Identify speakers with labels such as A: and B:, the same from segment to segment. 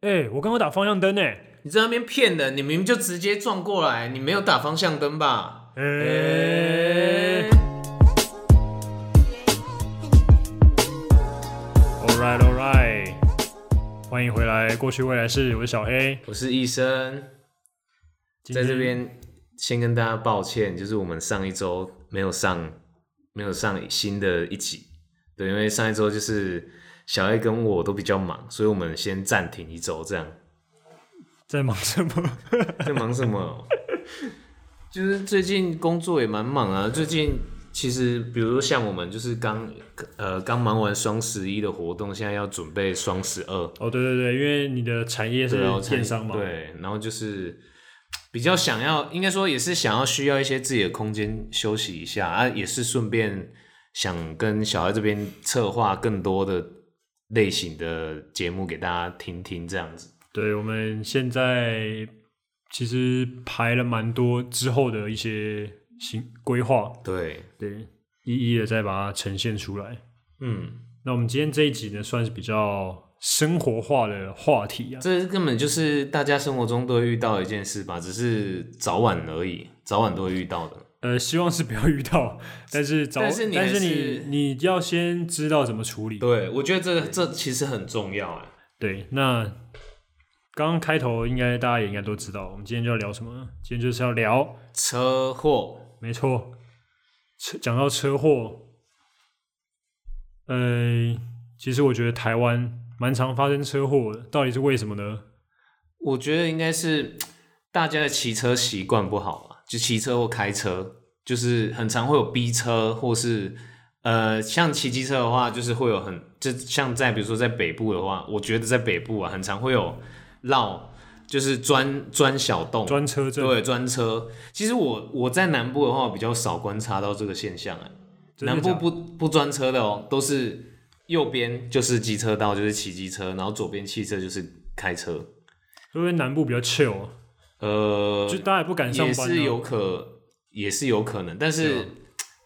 A: 哎、我刚刚打方向灯哎、
B: 你在那边骗人，你明明就直接撞过来，你没有打方向灯吧？
A: 哎、a l right, all right，欢迎回来，过去未来式，我是小黑，
B: 我是医生，
A: 今
B: 在
A: 天
B: 这边先跟大家抱歉，就是我们上一周没有上，没有上新的一集，对，因为上一周就是小 A 跟我都比较忙，所以我们先暂停一周，这样
A: 在忙什 么？
B: 在忙什么？ 就是最近工作也蛮忙啊，最近。其实，比如说像我们就是刚，呃，刚忙完双十一的活动，现在要准备双十二，
A: 哦，对对对，因为你的产业是
B: 对，然啊后才
A: 电商嘛，
B: 对，然后就是比较想要，应该说也是想要需要一些自己的空间休息一下啊，也是顺便想跟小孩这边策划更多的类型的节目给大家听听，这样子。
A: 对，我们现在其实排了蛮多之后的一些行规划，
B: 对，
A: 对，一一的再把它呈现出来。
B: 嗯，
A: 那我们今天这一集呢，算是比较生活化的话题啊。
B: 这根本就是大家生活中都会遇到的一件事吧，只是早晚而已，早晚都会遇到的。
A: 呃，希望是不要遇到，但是早，
B: 但是你还是
A: 你你要先知道怎么处理。
B: 对，我觉得这这其实很重要哎。
A: 对，那刚刚开头应该大家也应该都知道，我们今天就要聊什么呢？今天就是要聊，
B: 车祸，
A: 没错，车讲到车祸，呃，其实我觉得台湾蛮常发生车祸的，到底是为什么呢？
B: 我觉得应该是大家的骑车习惯不好吧，就骑车或开车，就是很常会有逼车，或是呃，像骑机车的话，就是会有很，就像在比如说在北部的话，我觉得在北部啊，很常会有绕，就是钻钻小洞，
A: 专车证，
B: 对，专车。其实我我在南部的话，我比较少观察到这个现象、哎，
A: 真的
B: 南
A: 假
B: 部
A: 的
B: 不不专车的哦，都是右边就是机车道，就是骑机车，然后左边汽车就是开车。
A: 因为南部比较 chill，啊、
B: 呃，
A: 就大家也不敢上
B: 也
A: 班、啊，
B: 是有可，也是有可能，
A: 对
B: 但
A: 啊
B: 是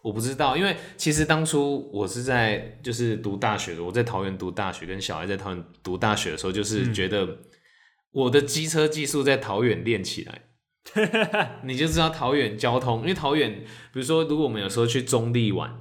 B: 我不知道，因为其实当初我是在就是读大学的，我在桃园读大学，跟小孩在桃园读大学的时
A: 嗯
B: 候，就是觉得我的机车技术在桃园练起 来。你就知道桃园交通，因为桃园，比如说，如果我们有时候去中立玩，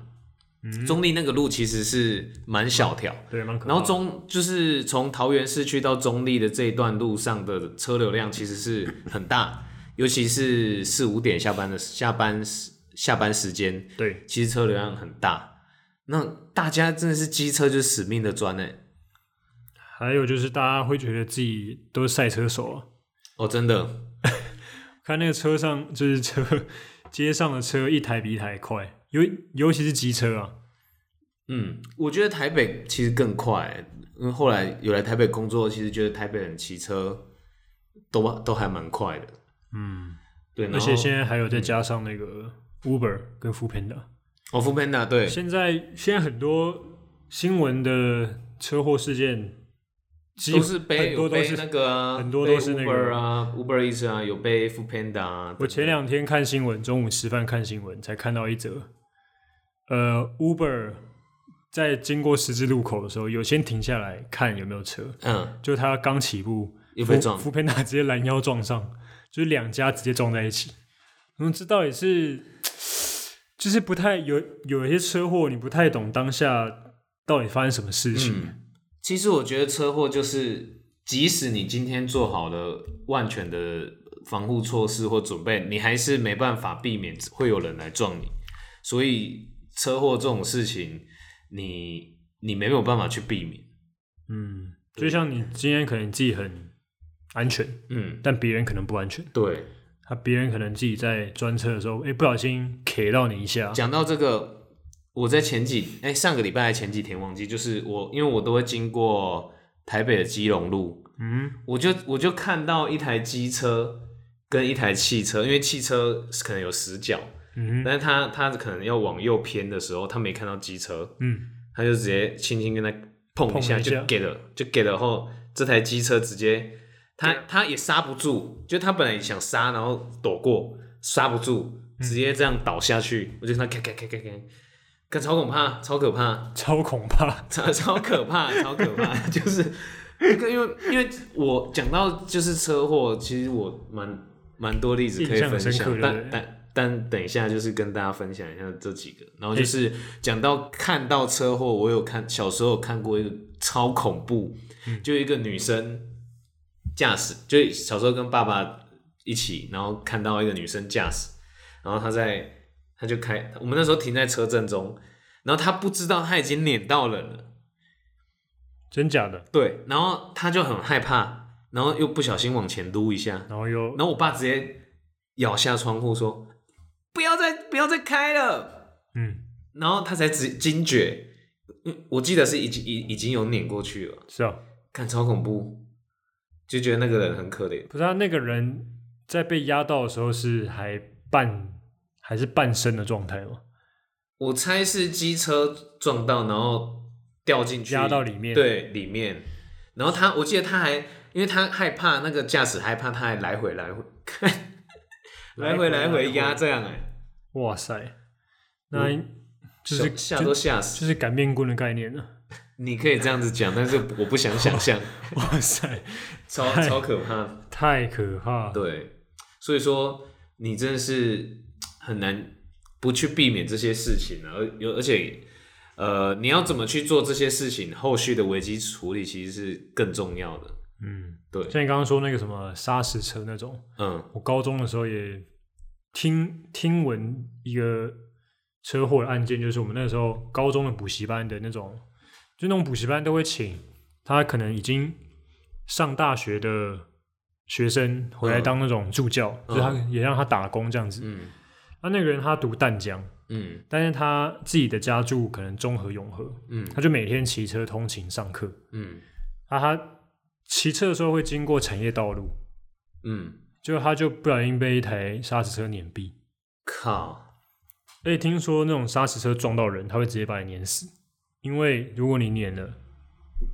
A: 嗯
B: 中立那个路其实是蛮小条，
A: 对，蛮可怕的。
B: 然后中就是从桃园市区到中立的这一段路上的车流量其实是很大，尤其是四五点下班的下班时下班时间，
A: 对，
B: 其实车流量很大。那大家真的是机车就是死命的钻哎、
A: 还有就是大家会觉得自己都是赛车手啊，
B: 哦，真的，
A: 看那个车上就是车街上的车一台比一台快，尤尤其是机车啊，
B: 嗯，我觉得台北其实更快、欸因为后来有来台北工作，其实觉得台北人骑车都都还蛮快的，
A: 嗯，
B: 对，然
A: 而
B: 后
A: 且现在还有再加上那个 Uber 跟 f o o p a n d a
B: 哦 f o o p a n d a 对，
A: 现在现在很多新闻的车祸事件，几乎
B: 都是背
A: 很多
B: 有
A: 都
B: 背
A: 是
B: 那个啊，
A: 很多都是那个
B: Uber 啊，Uber Eats 啊，有背 Food Panda 啊。
A: 我前两天看新闻，中午吃饭看新闻才看到一则，呃，Uber 在经过十字路口的时候，有先停下来看有没有车，
B: 嗯，
A: 就他刚起步，
B: 又
A: 福
B: 被撞，
A: 福佩纳直接拦腰撞上，就是两家直接撞在一起。嗯，这到底是就是不太有有一些车祸，你不太懂当下到底发生什么事情。
B: 嗯其实我觉得车祸就是，即使你今天做好了万全的防护措施或准备，你还是没办法避免会有人来撞你。所以车祸这种事情，你你没有办法去避免。
A: 嗯，就像你今天可能自己很安全，
B: 嗯，
A: 但别人可能不安全。
B: 对。
A: 他别人可能自己在专车的时候，哎、不小心 K 到你一下，
B: 讲到这个，我在前几哎、上个礼拜还前几天忘记，就是我因为我都会经过台北的基隆路，
A: 嗯，
B: 我就我就看到一台机车跟一台汽车，因为汽车可能有死角，
A: 嗯
B: 但是他他可能要往右偏的时候，他没看到机车，
A: 嗯，
B: 他就直接轻轻跟他碰一下
A: 碰一
B: 就
A: 下
B: get 了，就 get 了后，这台机车直接他他也刹不住，就他本来想刹，然后躲过，刹不住，
A: 嗯
B: 直接这样倒下去，我就看他咔咔咔咔咔，看超可怕，超可怕，
A: 超恐怕。
B: 超超可怕，超可怕，就是因为因为我讲到就是车祸，其实我蛮蛮多例子可
A: 印
B: 以分
A: 象很
B: 享
A: 深刻，对
B: 但
A: 不对
B: 但但等一下就是跟大家分享一下这几个，然后
A: 哎
B: 就是讲到看到车祸，我有看小时候有看过一个超恐怖，
A: 嗯
B: 就一个女生驾驶，就小时候跟爸爸一起，然后看到一个女生驾驶，然后她在她就开，我们那时候停在车阵中，然后她不知道她已经碾到人了。
A: 真假的，
B: 对，然后他就很害怕，然后又不小心往前撸一下，
A: 然后又
B: 然后我爸直接咬下窗户说：“不要再不要再开了。
A: 嗯”
B: 然后他才只惊觉，嗯我记得是已经已已经有碾过去了，
A: 是啊，
B: 看超恐怖，就觉得那个人很可怜。
A: 不是他那个人在被压到的时候是还半还是半身的状态吗？
B: 我猜是机车撞到，然后掉进去，
A: 压到里面，，
B: 对里面。然后他，我记得他还，因为他害怕那个驾驶害怕，他还来回来回， 来回来回压这样哎、
A: 哇塞，那就是
B: 吓吓都
A: 就
B: 吓死。
A: 就是擀面棍的概念 呢，
B: 你可以这样子讲，但是我不想想象，
A: 哇塞，
B: 超超可怕。
A: 太可怕，了，
B: 对，所以说你真的是很难不去避免这些事情啊，而有而且呃，你要怎么去做这些事情，后续的危机处理其实是更重要的。
A: 嗯，
B: 对
A: 像你刚刚说那个什么砂石车那种，
B: 嗯
A: 我高中的时候也听听闻一个车祸的案件，就是我们那时候高中的补习班的那种，就那种补习班都会请他可能已经上大学的学生回来
B: 嗯
A: 当那种助教，就是他也让他打工这样子。
B: 嗯
A: 那、那个人他读淡江，
B: 嗯
A: 但是他自己的家住可能中和永和，
B: 嗯
A: 他就每天骑车通勤上课。
B: 嗯
A: 那他骑车的时候会经过产业道路，
B: 嗯，
A: 就他就不小心被一台砂石车碾毙。
B: 靠，
A: 而且听说那种砂石车撞到人，他会直接把你碾死，因为如果你碾了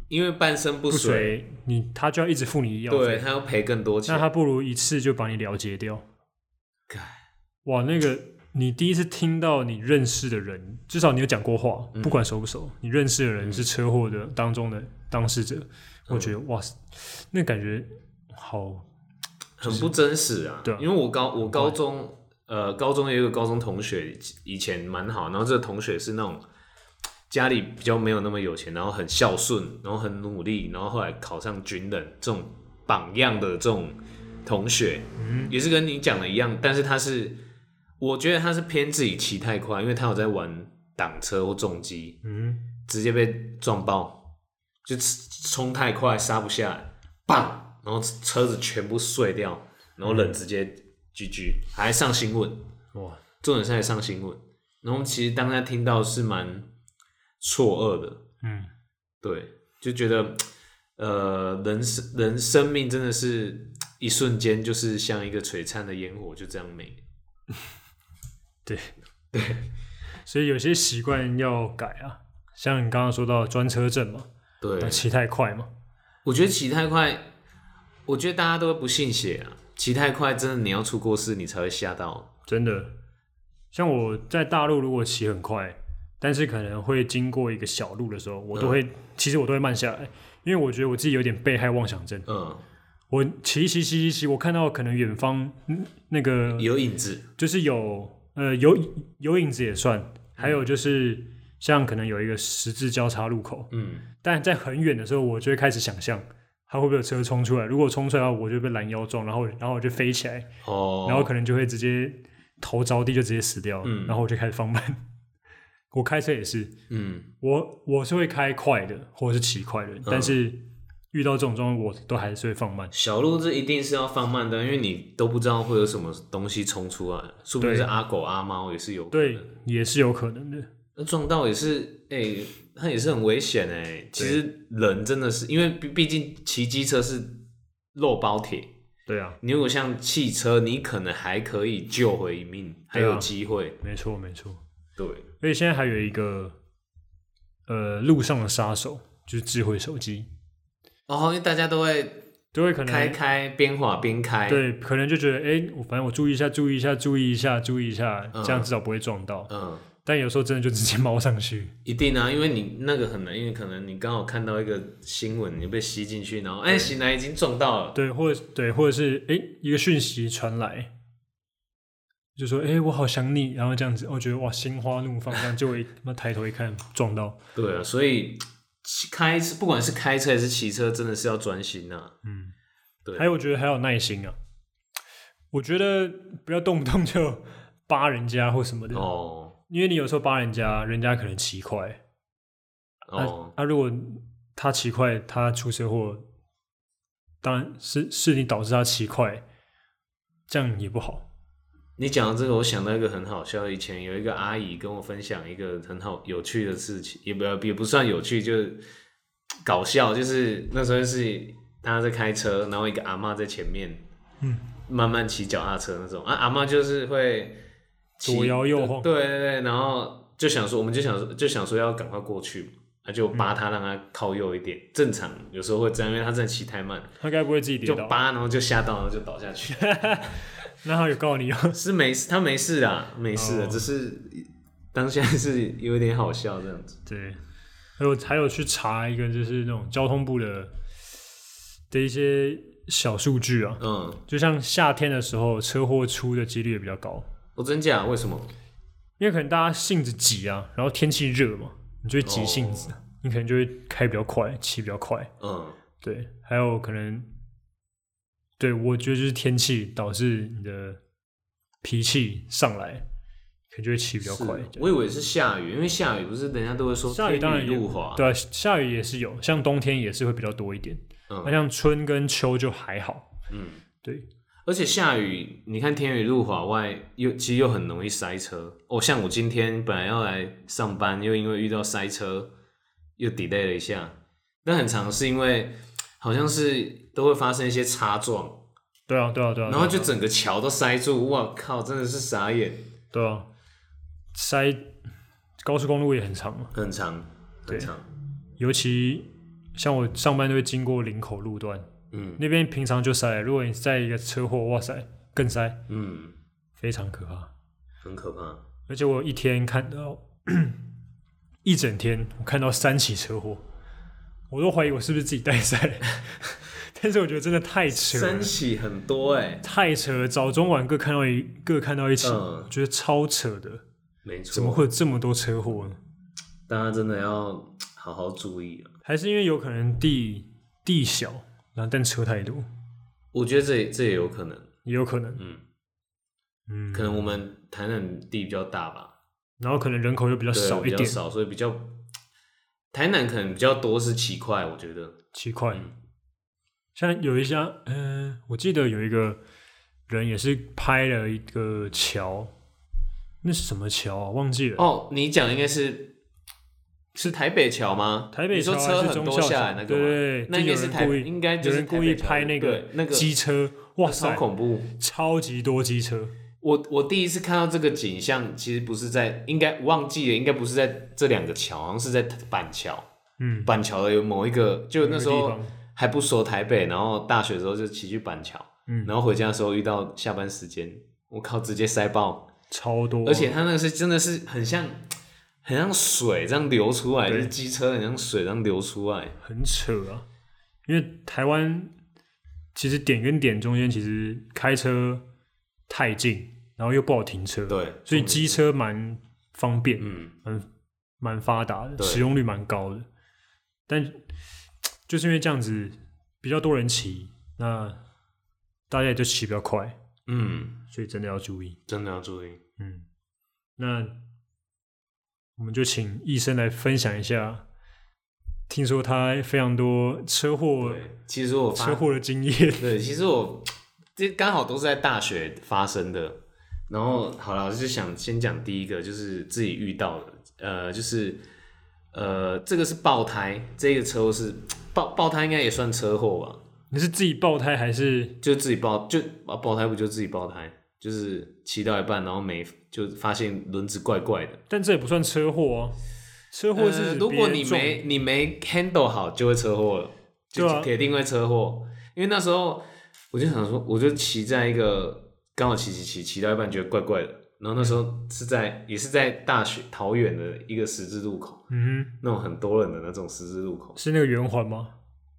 B: 因为半身
A: 不
B: 不遂，
A: 遂，你他就要一直付你医药
B: 对
A: 费，
B: 他要赔更多
A: 那
B: 钱。
A: 他不如一次就把你了结掉
B: 干。
A: 哇，那个你第一次听到你认识的人，至少你有讲过话，不管熟不熟，你认识的人是车祸的当中的当事者，我觉得哇，那感觉好
B: 很不真实啊。
A: 对啊
B: 因为我高我高中呃高中也有一个高中同学，以前蛮好，然后这个同学是那种家里比较没有那么有钱，然后很孝顺，然后很努力，然后后来考上军人这种榜样的这种同学，
A: 嗯
B: 也是跟你讲的一样，但是他是我觉得他是偏自己骑太快，因为他有在玩挡车或重机，
A: 嗯，
B: 直接被撞爆，就冲太快刹不下来，棒，然后车子全部碎掉，然后人直接 GG，、还上新闻，
A: 嗯哇，
B: 重点是还上新闻。然后我们其实当下听到是蛮错愕的，
A: 嗯，
B: 对，就觉得呃，人生人生命真的是一瞬间，就是像一个璀璨的烟火，就这样没。
A: 所以有些习惯要改啊，像你刚刚说到专车证嘛，
B: 对，
A: 骑太快嘛，
B: 我觉得骑太快，我觉得大家都会不信邪啊。骑太快，真的你要出过事，你才会吓到。
A: 真的，像我在大陆如果骑很快，但是可能会经过一个小路的时候，我都会，其实我都会慢下来，因为我觉得我自己有点被害妄想症。
B: 嗯，
A: 我骑骑骑骑骑，我看到可能远方嗯那个
B: 有影子，
A: 就是有呃有有影子也算，还有就是像可能有一个十字交叉路口，
B: 嗯，
A: 但在很远的时候，我就会开始想象。它会不会有车冲出来？如果冲出来的话，我就被拦腰撞，然后然后我就飞起来，
B: 哦，
A: 然后可能就会直接头着地就直接死掉，
B: 嗯
A: 然后我就开始放慢。 我开车也是，
B: 嗯，
A: 我我是会开快的或者是骑快的，但是遇到这种状况，我都还是会放慢。
B: 小路这一定是要放慢的，因为你都不知道会有什么东西冲出来，说不定
A: 对
B: 是阿狗阿猫也是有。
A: 对，，也是有可能的。
B: 那撞到也是，哎、那也是很危险哎、其实人真的是，因为毕毕竟骑机车是肉包铁，
A: 对啊，
B: 你如果像汽车，你可能还可以救回一命，还
A: 对啊
B: 有机会。
A: 没错没错。
B: 对，
A: 而且现在还有一个呃路上的杀手，就是智慧手机，
B: 哦，因为大家都会
A: 就会可能
B: 开开边滑边开，
A: 嗯对，可能就觉得哎、我反正我注意一下，注意一下，注意一下，注意一下，这样至少不会撞到。
B: 嗯，
A: 但有时候真的就直接猫上去，
B: 一定啊，因为你那个很难，因为可能你刚好看到一个新闻，你就被吸进去，然后哎，醒来已经撞到了，
A: 对，或者对，或者是诶、一个讯息传来，就说诶、我好想你，然后这样子，我觉得哇心花怒放，这样就会他妈抬头一看撞到，
B: 对啊，所以骑开车不管是开车还是骑车，真的是要专心啊。对
A: 还有我觉得还有耐心啊，我觉得不要动不动就扒人家或什么的，
B: 哦
A: 因为你有时候扒人家，人家可能骑快，那、
B: 哦，
A: 那、啊如果他骑快，他出车祸，当然是是你导致他骑快，这样也不好。
B: 你讲到这个，我想到一个很好笑，以前有一个阿姨跟我分享一个很好有趣的事情，也不也不算有趣，就是搞笑，就是那时候是她在开车，然后一个阿嬷在前面，
A: 嗯，
B: 慢慢骑脚踏车那种啊，阿嬷就是会骑
A: 左摇右晃
B: 对对对，然后就想说，我们就想说，就想说要赶快过去嘛，啊就
A: 嗯
B: 扒她，让她靠右一点，正常有时候会这样，因为她真的骑太慢，
A: 他该不会自己跌
B: 就
A: 倒？
B: 扒，然后就吓到，然后就倒下去。
A: 那他有告你吗？
B: 是没事，他没事啦，没事的，
A: 哦
B: 只是当下是有点好笑这样子。
A: 对，还有还有去查一个就是那种交通部的的一些小数据啊，
B: 嗯，
A: 就像夏天的时候车祸出的几率也比较高，
B: 我真假？为什么？
A: 因为可能大家性子急啊，然后天气热嘛，你就会急性子，你可能就会开比较快，骑比较快。
B: 嗯，
A: 对，还有可能，对我觉得就是天气导致你的脾气上来，可能就会骑比较
B: 是
A: 快。
B: 我以为是下雨，因为下雨不是人家都会说
A: 下雨当然
B: 天
A: 也
B: 路滑。
A: 对、啊，下雨也是有，像冬天也是会比较多一点。那、
B: 嗯
A: 像春跟秋就还好。
B: 嗯，
A: 对，
B: 而且下雨，你看天雨路滑外，又其实又很容易塞车。哦，像我今天本来要来上班，又因为遇到塞车，又 delay 了一下。但很长是因为好像是都会发生一些擦撞，
A: 对啊，对啊，对啊。
B: 然后就
A: 对啊
B: 整个桥都塞住，哇靠，真的是傻眼，
A: 对啊，塞高速公路也很长嘛，
B: 很长，
A: 对
B: 很长，
A: 尤其像我上班都会经过林口路段，
B: 嗯
A: 那边平常就塞了，如果你在一个车祸，哇塞，更塞，
B: 嗯，
A: 非常可怕。
B: 很可怕，
A: 而且我有一天看到 一整天，我看到三起车祸，我都怀疑我是不是自己带赛， 但是我觉得真的太扯了
B: 三，起很多哎、
A: 太扯了，早中晚各看到一各看到一起，
B: 嗯
A: 我觉得超扯的，
B: 没
A: 怎么
B: 错，
A: 会有这么多车祸呢？
B: 大家真的要好好注意啊！
A: 还是因为有可能地地小，然后但车太多，
B: 我觉得这也这也有可能，
A: 也有可能，
B: 嗯，
A: 嗯，
B: 可能我们台南地比较大吧，
A: 然后可能人口又比较
B: 对
A: 少
B: 比
A: 一
B: 较
A: 点，
B: 少，所以比较台南可能比较多是骑块，我觉得，
A: 奇怪。
B: 嗯
A: 像有一家，嗯、我记得有一个人也是拍了一个桥，那是什么桥啊？忘记了。
B: 哦，你讲应该是。是台北桥吗？
A: 台北
B: 你
A: 桥
B: 说
A: 还
B: 车
A: 是
B: 很
A: 中
B: 多
A: 校
B: 下来
A: 桥？
B: 那
A: 对
B: 个吗
A: 对对，
B: 那应该是
A: 就
B: 台
A: 有人故意，
B: 应该就
A: 有
B: 是
A: 人
B: 台
A: 故
B: 北
A: 意
B: 桥
A: 拍那
B: 对那
A: 个
B: 个
A: 机车，哇
B: 超
A: 塞，
B: 恐怖！
A: 超级多机车，
B: 我我第一次看到这个景象，其实不是在，应该忘记了，应该不是在这两个桥，好像是在板桥，
A: 嗯，
B: 板桥的有某一个，就那时
A: 某一个
B: 候
A: 地方
B: 还不熟台北，然后大学的时候就骑去板桥，
A: 嗯
B: 然后回家的时候遇到下班时间，我靠，直接塞爆，
A: 超多，
B: 而且它那个是真的是很像，很像水这样流出来，就
A: 对
B: 是机车很像水这样流出来，
A: 很扯啊。因为台湾其实点跟点中间其实开车太近，然后又不好停车，
B: 对，
A: 所以机车蛮方便，
B: 嗯，
A: 蛮蛮发达的，
B: 对
A: 使用率蛮高的。但就是因为这样子比较多人骑，那大家也就骑比较快，
B: 嗯，
A: 所以真的要注意。
B: 真的要注意，
A: 嗯，那我们就请医生来分享一下，听说他非常多车祸
B: 对，其实我发
A: 车祸的经验。
B: 对，其实我这刚好都是在大学发生的。然后好了，我就想先讲第一个，就是自己遇到的，呃，就是呃，这个是爆胎，这个车祸是爆爆胎，应该也算车祸吧？
A: 你是自己爆胎还是？
B: 就自己爆，就啊爆胎不就自己爆胎？就是骑到一半，然后没就发现轮子怪怪的。
A: 但这也不算车祸啊，车祸是、
B: 呃如果你没你没 handle 好，就会车祸了，就
A: 对啊
B: 铁定会车祸。因为那时候我就想说，我就骑在一个刚好骑骑骑骑到一半，觉得怪怪的，然后那时候是在也是在大学桃园的一个十字路口，
A: 嗯
B: 那种很多人的那种十字路口
A: 哼，，是那个圆环吗？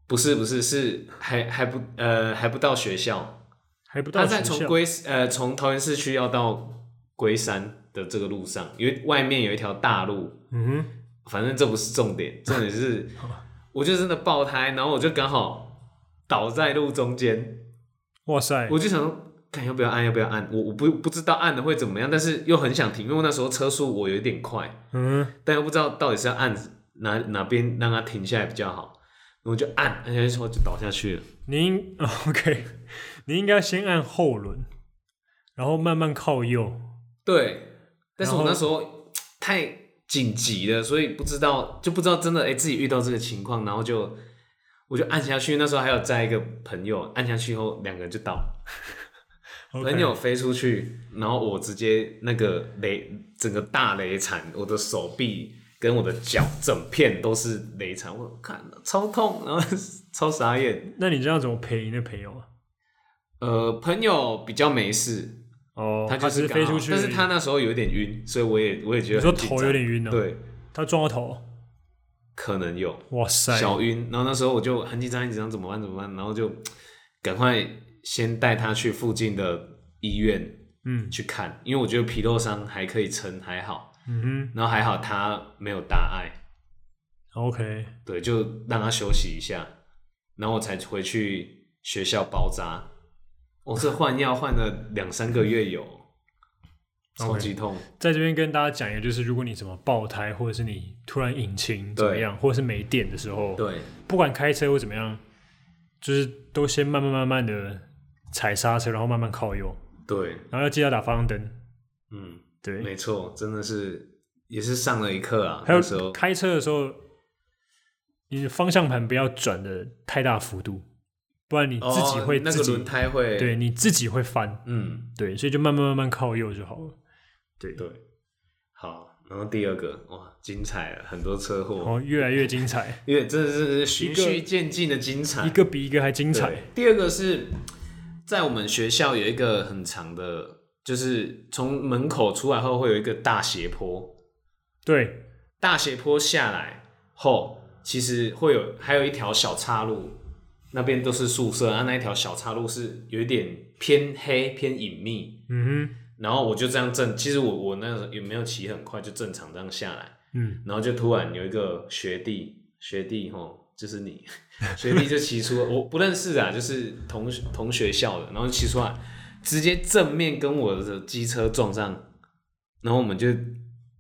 B: 不是不是是还还不呃还不到学校，
A: 还不
B: 他
A: 到
B: 在
A: 学
B: 从
A: 校。
B: 龟呃从桃园市区要到龟山的这个路上，因为外面有一条大路，
A: 嗯哼，
B: 反正这不是重点，重点是我就真的爆胎，然后我就刚好倒在路中间，
A: 哇塞，
B: 我就想说，看要不要按，要不要按，我我不不知道按了会怎么样，但是又很想停，因为那时候车速我有点快，
A: 嗯哼，
B: 但又不知道到底是要按哪哪边让它停下来比较好，然后我就按，按下去后就倒下去了。
A: 你应 OK，你应该先按后轮，然后慢慢靠右。
B: 对，但是我
A: 然后
B: 那时候太紧急了，所以不知道就不知道真的哎、诶自己遇到这个情况，然后就我就按下去，那时候还有载一个朋友，按下去后两个人就倒。
A: OK
B: 朋友飞出去，然后我直接那个雷，整个大雷惨，我的手臂跟我的脚整片都是雷惨，我看超痛，然后 超傻眼。
A: 那你这样怎么赔那朋友啊？
B: 呃，朋友比较没事，
A: 哦，
B: 就
A: 只是
B: 刚
A: 飞
B: 好
A: 出去而
B: 但
A: 已，
B: 是他那时候有点晕，所以我也我也
A: 你
B: 觉得
A: 说
B: 很紧
A: 头
B: 张
A: 有点晕了、，
B: 对，
A: 他撞到头，
B: 可能有
A: 哇塞，
B: 小晕，然后那时候我就很紧张，很紧张，怎么办怎么办，然后就赶快先带他去附近的医院
A: 嗯
B: 去看，因为我觉得皮肉伤还可以撑，还好。
A: 嗯
B: 然后还好他没有大碍，
A: 哼，OK，
B: 对，就让他休息一下，然后我才回去学校包扎。我、这换药换了两三个月有，超级痛。
A: 在这边跟大家讲一个，就是如果你怎么爆胎，或者是你突然引擎怎么
B: 对
A: 样，或者是没电的时候，
B: 对
A: 不管开车或怎么样，就是都先慢慢慢慢的踩刹车，然后慢慢靠右，
B: 对，
A: 然后要记得打方向灯。
B: 嗯，
A: 对，
B: 没错，真的是也是上了一课啊。
A: 还
B: 那时候
A: 有开车的时候，你的方向盘不要转的太大幅度，不然你自己会
B: 哦、那
A: 自
B: 个
A: 己、
B: 轮胎会，
A: 对，你自己会翻。
B: 嗯，
A: 对，所以就慢慢慢慢靠右就好了。对，
B: 对。好，然后第二个哇，精彩了，很多车
A: 然
B: 祸，
A: 后哦越来越精彩，
B: 因为真的是循
A: 一个
B: 序渐进的精彩
A: 一。个比一个还精
B: 对
A: 彩。，
B: 第二个是在我们学校有一个很长的，就是从门口出来后会有一个大斜坡，
A: 对，
B: 大斜坡下来后，其实会有还有一条小岔路，那边都是宿舍啊，那一条小岔路是有一点偏黑偏隐秘，
A: 嗯哼，
B: 然后我就这样正，其实我我那时候也没有骑很快，就正常这样下来，
A: 嗯，
B: 然后就突然有一个学弟，学弟吼，就是你， 学弟就骑出来，我不认识啊，就是同学同学校的，然后骑出来，直接正面跟我的机车撞上，然后我们就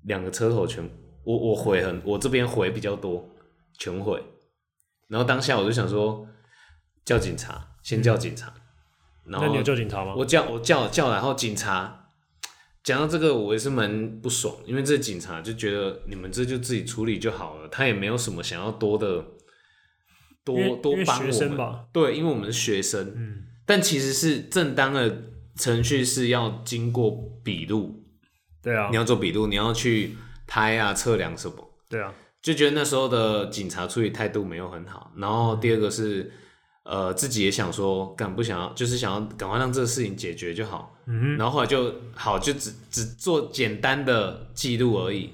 B: 两个车头全，我我毁很，我这边毁比较多，全毁，然后当下我就想说叫警察，先叫警察，然
A: 嗯那
B: 后
A: 你有叫警察吗？
B: 我叫我叫叫，然后警察讲到这个，我也是蛮不爽，因为这警察就觉得你们这就自己处理就好了，他也没有什么想要多的
A: 因为
B: 多多
A: 因为
B: 帮
A: 学
B: 我
A: 生
B: 们。
A: 吧，
B: 对，因为我们是学生，
A: 嗯，
B: 但其实是正当的程序是要经过笔录，
A: 对啊
B: 你，要做笔录，你要去拍啊、测量什么。
A: 对啊，
B: 就觉得那时候的警察处理态度没有很好。然后第二个是，呃，自己也想说，敢不想要，就是想要赶快让这个事情解决就好。嗯、然后后来就好，就只只做简单的记录而已，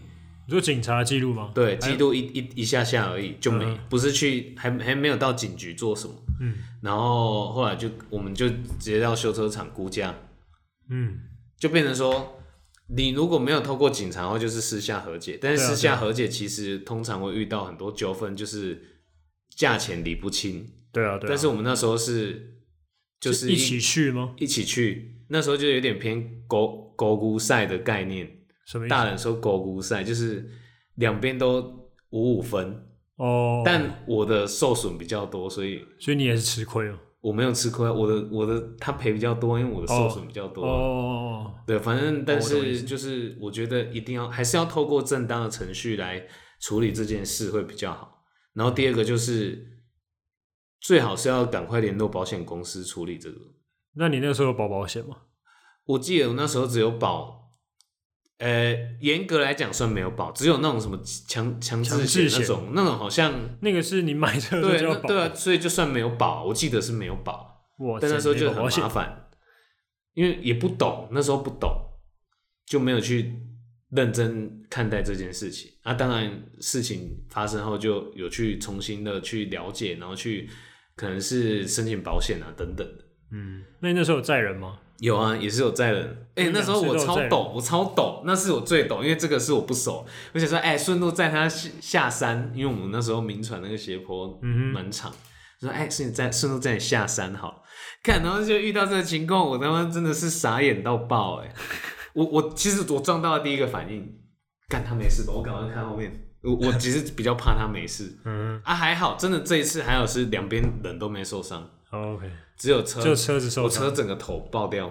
A: 你说警察记录吗？哎
B: 对，记录一一一下下而已，就没、不是去还还没有到警局做什么。嗯，然后后来就我们就直接到修车厂估价，
A: 嗯，
B: 就变成说。你如果没有透过警察的话，就是私下和解。但是
A: 对啊
B: 私
A: 对
B: 下
A: 啊
B: 和解其实通常会遇到很多纠纷，就是价钱理不清。
A: 对啊，对啊。
B: 但是我们那时候是就是
A: 一起去吗？
B: 一起去，那时候就有点偏狗狗姑赛的概念。
A: 什么意思？
B: 大人说狗姑赛就是两边都五五分，
A: 哦，
B: 但我的受损比较多，所以
A: 所以你也是吃亏哦。
B: 我没有吃亏。我的我的他赔比较多，因为我的受损比较多。
A: 哦，
B: 对，反正但
A: 我懂
B: 是就是我觉得一定要还是要透过正当的程序来处理这件事会比较好。然后第二个就是最好是要赶快联络保险公司处理这个。
A: 那你那时候有保保险吗？
B: 我记得我那时候只有保，呃，严格来讲算没有保，只有那种什么强强
A: 强
B: 制
A: 制
B: 险
A: 险
B: 那种，那种好像
A: 那个是你买车的时候就
B: 对那
A: 要保，
B: 对啊，所以就算没有保，我记得是没有保，
A: 哇塞，
B: 但那时候就
A: 没保
B: 很
A: 保险
B: 麻烦，因为也不懂，那时候不懂，就没有去认真看待这件事情。啊，当然事情发生后就有去重新的去了解，然后去可能是申请保险啊等等的。
A: 那你那时候有载人吗？
B: 有啊，也是有载人。哎、
A: 嗯
B: 那时候我
A: 两次都有
B: 超
A: 载人
B: 抖，我超抖，那是我最抖，因为这个是我不熟。而且说，哎、顺路载他下下山，因为我们那时候名传那个斜坡
A: 嗯
B: 蛮长，就说哎、顺你载顺路载你下山好。看，然后就遇到这个情况，我他妈真的是傻眼到爆哎、我我其实我撞到的第一个反应，干他没事吧？我赶快看后面。我我其实比较怕他 没事，嗯啊还好，真的这一次还好是两边人都没受伤，
A: 哦 OK，
B: 只有车
A: 就车子受
B: 呃我
A: 伤。
B: 车整个头爆掉，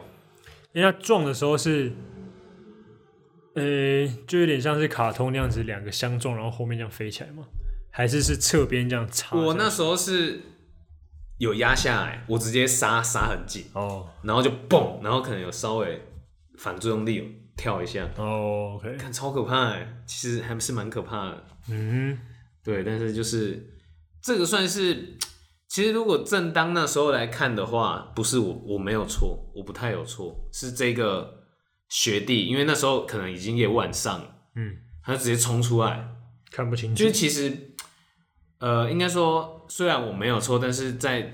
A: 因为他撞的时候是，呃，就有点像是卡通那样子，两个相撞，然后后面这样飞起来嘛？还是是侧边这样插着？
B: 我那时候是有压下来，我直接刹刹很紧，
A: 哦
B: 然后就蹦，然后可能有稍微反作用力有跳一下，
A: 哦 OK，
B: 看超可怕哎，其实还是蛮可怕的。
A: 嗯
B: 对，但是就是这个算是，其实如果正当那时候来看的话，不是我我没有错，我不太有错，是这个学弟，因为那时候可能已经也晚上了，
A: 嗯，
B: 他就直接冲出来，
A: 看不清楚
B: 就是其实，呃，应该说，虽然我没有错，但是在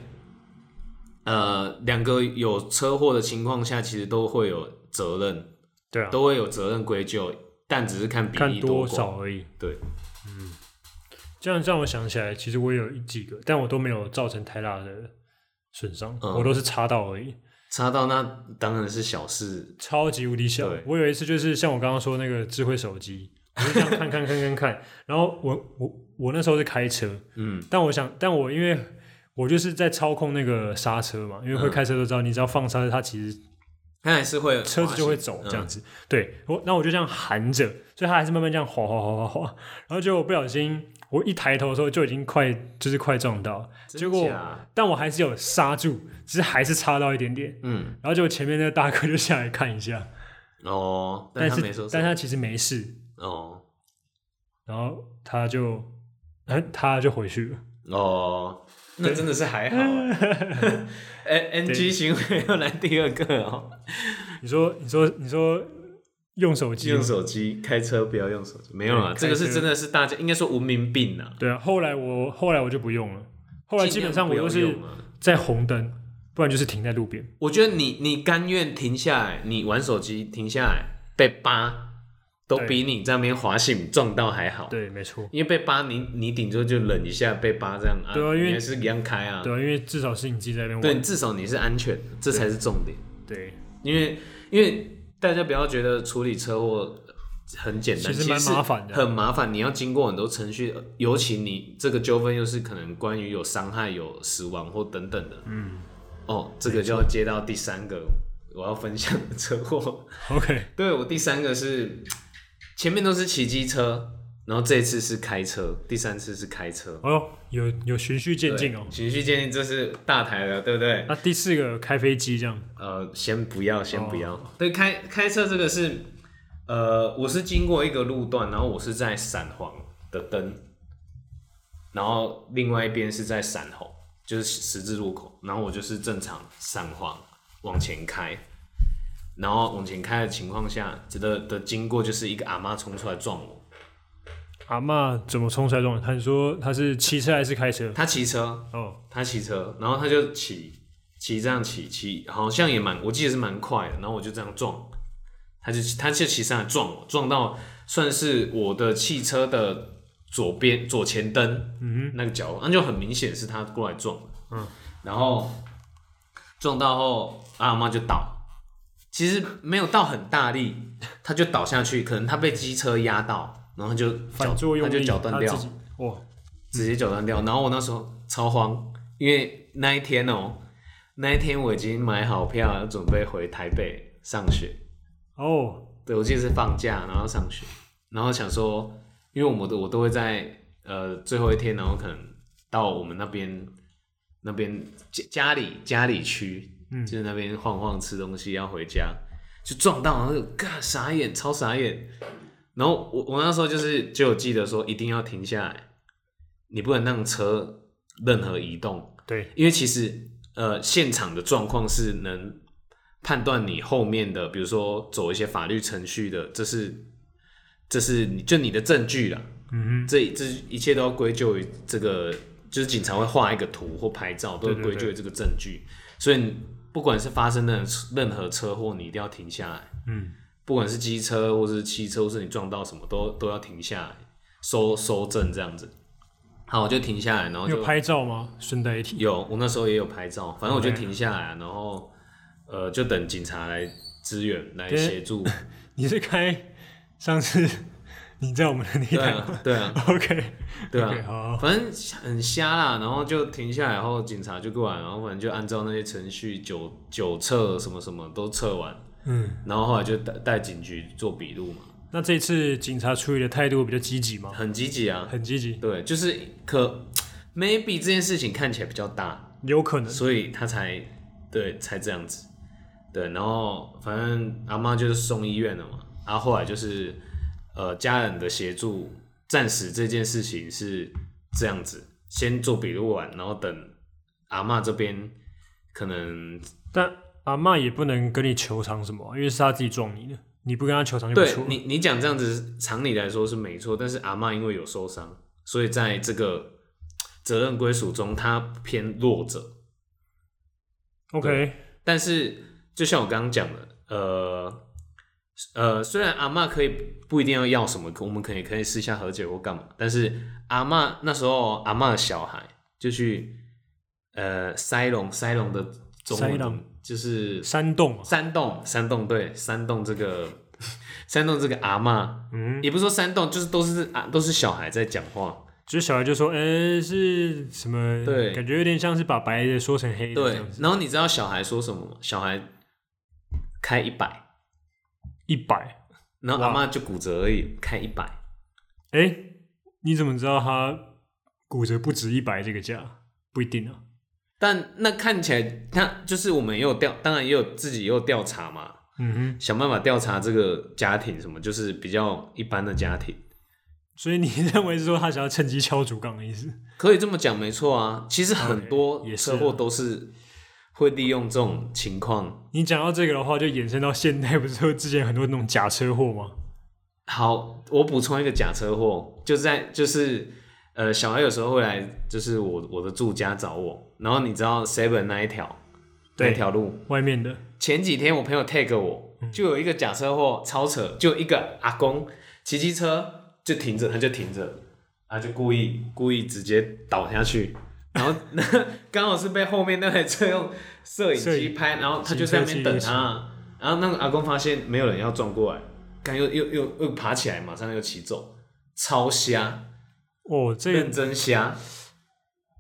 B: 呃两个有车祸的情况下，其实都会有责任，
A: 对啊，
B: 都会有责任归咎，但只是看比
A: 看
B: 例
A: 多
B: 寡。
A: 少而已。嗯
B: 对，
A: 这样让我想起来，其实我也有一几个，但我都没有造成太大的损伤，
B: 嗯
A: 我都是插到而已，
B: 差到那当然是小事。
A: 超级无敌小
B: 对。
A: 我有一次就是像我刚刚说那个智慧手机，我就这样看看看看看， 然后我我我那时候是开车，
B: 嗯，
A: 但我想，但我因为我就是在操控那个刹车
B: 嗯
A: 嘛，因为会开车都知道，你只要放刹车，它其实
B: 他还是会
A: 车子就会
B: 滑行
A: 走这样子。对，我那我就这样含着，所以它还是慢慢这样滑滑滑滑滑，然后结果不小心，我一抬头的时候就已经快就是快撞到，
B: 真
A: 结果
B: 假
A: 但我还是有刹住，只是还是插到一点点，
B: 嗯
A: 然后结果前面那个大哥就下来看一下，
B: 哦，
A: 但
B: 他
A: 是
B: 没说什
A: 但
B: 么
A: 他其实没事，
B: 哦
A: 然后他就他他就回去了。
B: 哦，那真的是还好 欸。哎，NG 行为又来第二个哦，
A: 你说你说你说用手机吗
B: 用手机开车不要用手机，没有啦，
A: 对
B: 这个是
A: 开车
B: 真的是大家应该说文明病呐、
A: 对啊，后来我后来我就不用了，后来基本上我都
B: 尽量
A: 是
B: 不要用啊
A: 在红灯，不然就是停在路边。
B: 我觉得你你甘愿停下来，你玩手机停下来被扒，都
A: 对
B: 比你在那边滑行撞到还好。
A: 对，没错，
B: 因为被扒你你顶多就忍一下被扒这样啊，
A: 对啊因为
B: 你还是一样开啊。
A: 对啊，因为至少是你自己在那边
B: 对，你
A: 玩。
B: 至少你是安全的，这才是重点。
A: 对，
B: 因为因为大家不要觉得处理车祸很简单，
A: 其
B: 其
A: 实蛮
B: 是
A: 麻烦的
B: 很麻烦。你要经过很多程序，尤其你这个纠纷又是可能关于有伤害、有死亡或等等的。嗯，哦，这个就要接到第三个我要分享的车祸。
A: OK，
B: 对我第三个是前面都是骑机车，然后这次是开车，第三次是开车。
A: 哦，有有循序渐进哦
B: 对。循序渐进，这是大台了，对不对？
A: 那第四个开飞机这样，
B: 呃，先不要，先不要。哦对，开开车这个是，呃，我是经过一个路段，然后我是在闪黄的灯，然后另外一边是在闪红，就是十字路口，然后我就是正常闪黄往前开，然后往前开的情况下，的的经过就是一个阿妈冲出来撞我，
A: 阿嬷怎么冲出来撞？他说他是骑车还是开车？
B: 她骑车，
A: 哦，
B: 他骑车，然后他就骑骑这样骑骑，好像也蛮，我记得是蛮快的。然后我就这样撞，他就他就骑上来撞我，撞到算是我的汽车的左边左前灯，嗯，那个角，那就很明显是他过来撞，嗯，然后撞到后，阿妈就倒，其实没有到很大力，他就倒下去，可能他被机车压到，然后他就脚
A: 反作用
B: 他就
A: 力，
B: 脚断
A: 他
B: 掉
A: 自，己哦哇，
B: 直接绞断掉。然后我那时候超慌，因为那一天哦、那一天我已经买好票，要准备回台北上学。
A: 哦，
B: 对，我记得是放假，然后上学，然后想说，因为我们都我都会在呃最后一天，然后可能到我们那边那边家家里家里区，嗯，就是那边晃晃吃东西要回家，就撞到，然后就嘎傻眼，超傻眼。然后我我那时候就是就有记得说一定要停下来，你不能让车任何移动，
A: 对，
B: 因为其实呃现场的状况是能判断你后面的，比如说走一些法律程序的，这是这是你就你的证据了。
A: 嗯
B: 这这一切都要归咎于这个，就是警察会画一个图或拍照，都会归咎于这个证据。所以你不管是发生任任何车祸，你一定要停下来。
A: 嗯，
B: 不管是机车或是汽车，或是你撞到什么，都都要停下来收收证这样子。好，我就停下来，然后
A: 哼，你
B: 就
A: 有拍照吗？顺带一提，
B: 有，我那时候也有拍照，反正我就
A: OK
B: 停下来，然后呃，就等警察来支援、来
A: 对
B: 协助。
A: 你是开上次 你在我们的那
B: 对
A: 台
B: 啊，对啊，
A: ，OK，
B: 对
A: OK，
B: 啊，
A: 好，
B: 反正很瞎啦。然后就停下来后，警察就过来，然后反正就按照那些程序，酒酒测什么什么都测完，
A: 嗯，
B: 然后后来就带带警局做笔录嘛，
A: 那这次警察处理的态度比较积极吗？
B: 很积极啊。
A: 很积极，
B: 对，就是可 maybe 这件事情看起来比较大，
A: 有可能，
B: 所以他才对才这样子，对，然后反正阿妈就是送医院了嘛，然后后来就是呃家人的协助，暂时这件事情是这样子，先做笔录完，然后等阿妈这边可能
A: 但阿嬷也不能跟你求偿什么啊，因为是他自己撞你的，你不跟他求偿就不
B: 对
A: 错了。
B: 你你讲这样子，常理来说是没错，但是阿妈因为有受伤，所以在这个责任归属中，她偏弱者，
A: OK，
B: 但是就像我刚刚讲的，呃呃，虽然阿嬷可以不一定要要什么，我们可以可以私下和解或干嘛，但是阿嬷那时候阿嬷的小孩就去呃塞隆塞隆的中
A: 塞
B: 文
A: 隆
B: 就是
A: 山洞啊，
B: 山洞山洞对山洞这个 山洞这个阿嬷，
A: 嗯，
B: 也不是说山洞，就是都是啊都是小孩在讲话，
A: 就是小孩就说，嗯，是什么？
B: 对
A: 感觉有点像是把白的说成黑的这
B: 对
A: 样，子。
B: 然后你知道小孩说什么吗？小孩开一百。
A: 一百，
B: 然后阿妈就骨折而已，开一百，
A: 哎，你怎么知道他骨折不止一百这个价？不一定啊。
B: 但那看起来，那就是我们也有调，当然也有自己也有调查嘛，
A: 嗯哼，
B: 想办法调查这个家庭什么，就是比较一般的家庭，
A: 所以你 认为是说他想要趁机敲竹杠的意思？
B: 可以这么讲没错啊。其实很多
A: OK，也是啊
B: 车祸都是会利用这种情况。
A: 你讲到这个的话，就衍生到现代，不是说之前有很多那种假车祸吗？
B: 好，我补充一个假车祸，就在就是呃，小孩有时候会来，就是我我的住家找我，然后你知道 Seven 那一条
A: 对
B: 那条路，
A: 外面的，
B: 前几天我朋友 tag 我，
A: 嗯
B: 就有一个假车祸，超扯，就一个阿公骑机车就停着，他就停着，他就故意故意直接倒下去，然后 那刚好是被后面那台车用摄影
A: 摄
B: 机
A: 影
B: 拍，然后他就在那边等他，然后那个阿公发现没有人要撞过来，刚又又又又爬起来，马上又骑走，超瞎，
A: 哦，这
B: 认
A: 个
B: 真瞎。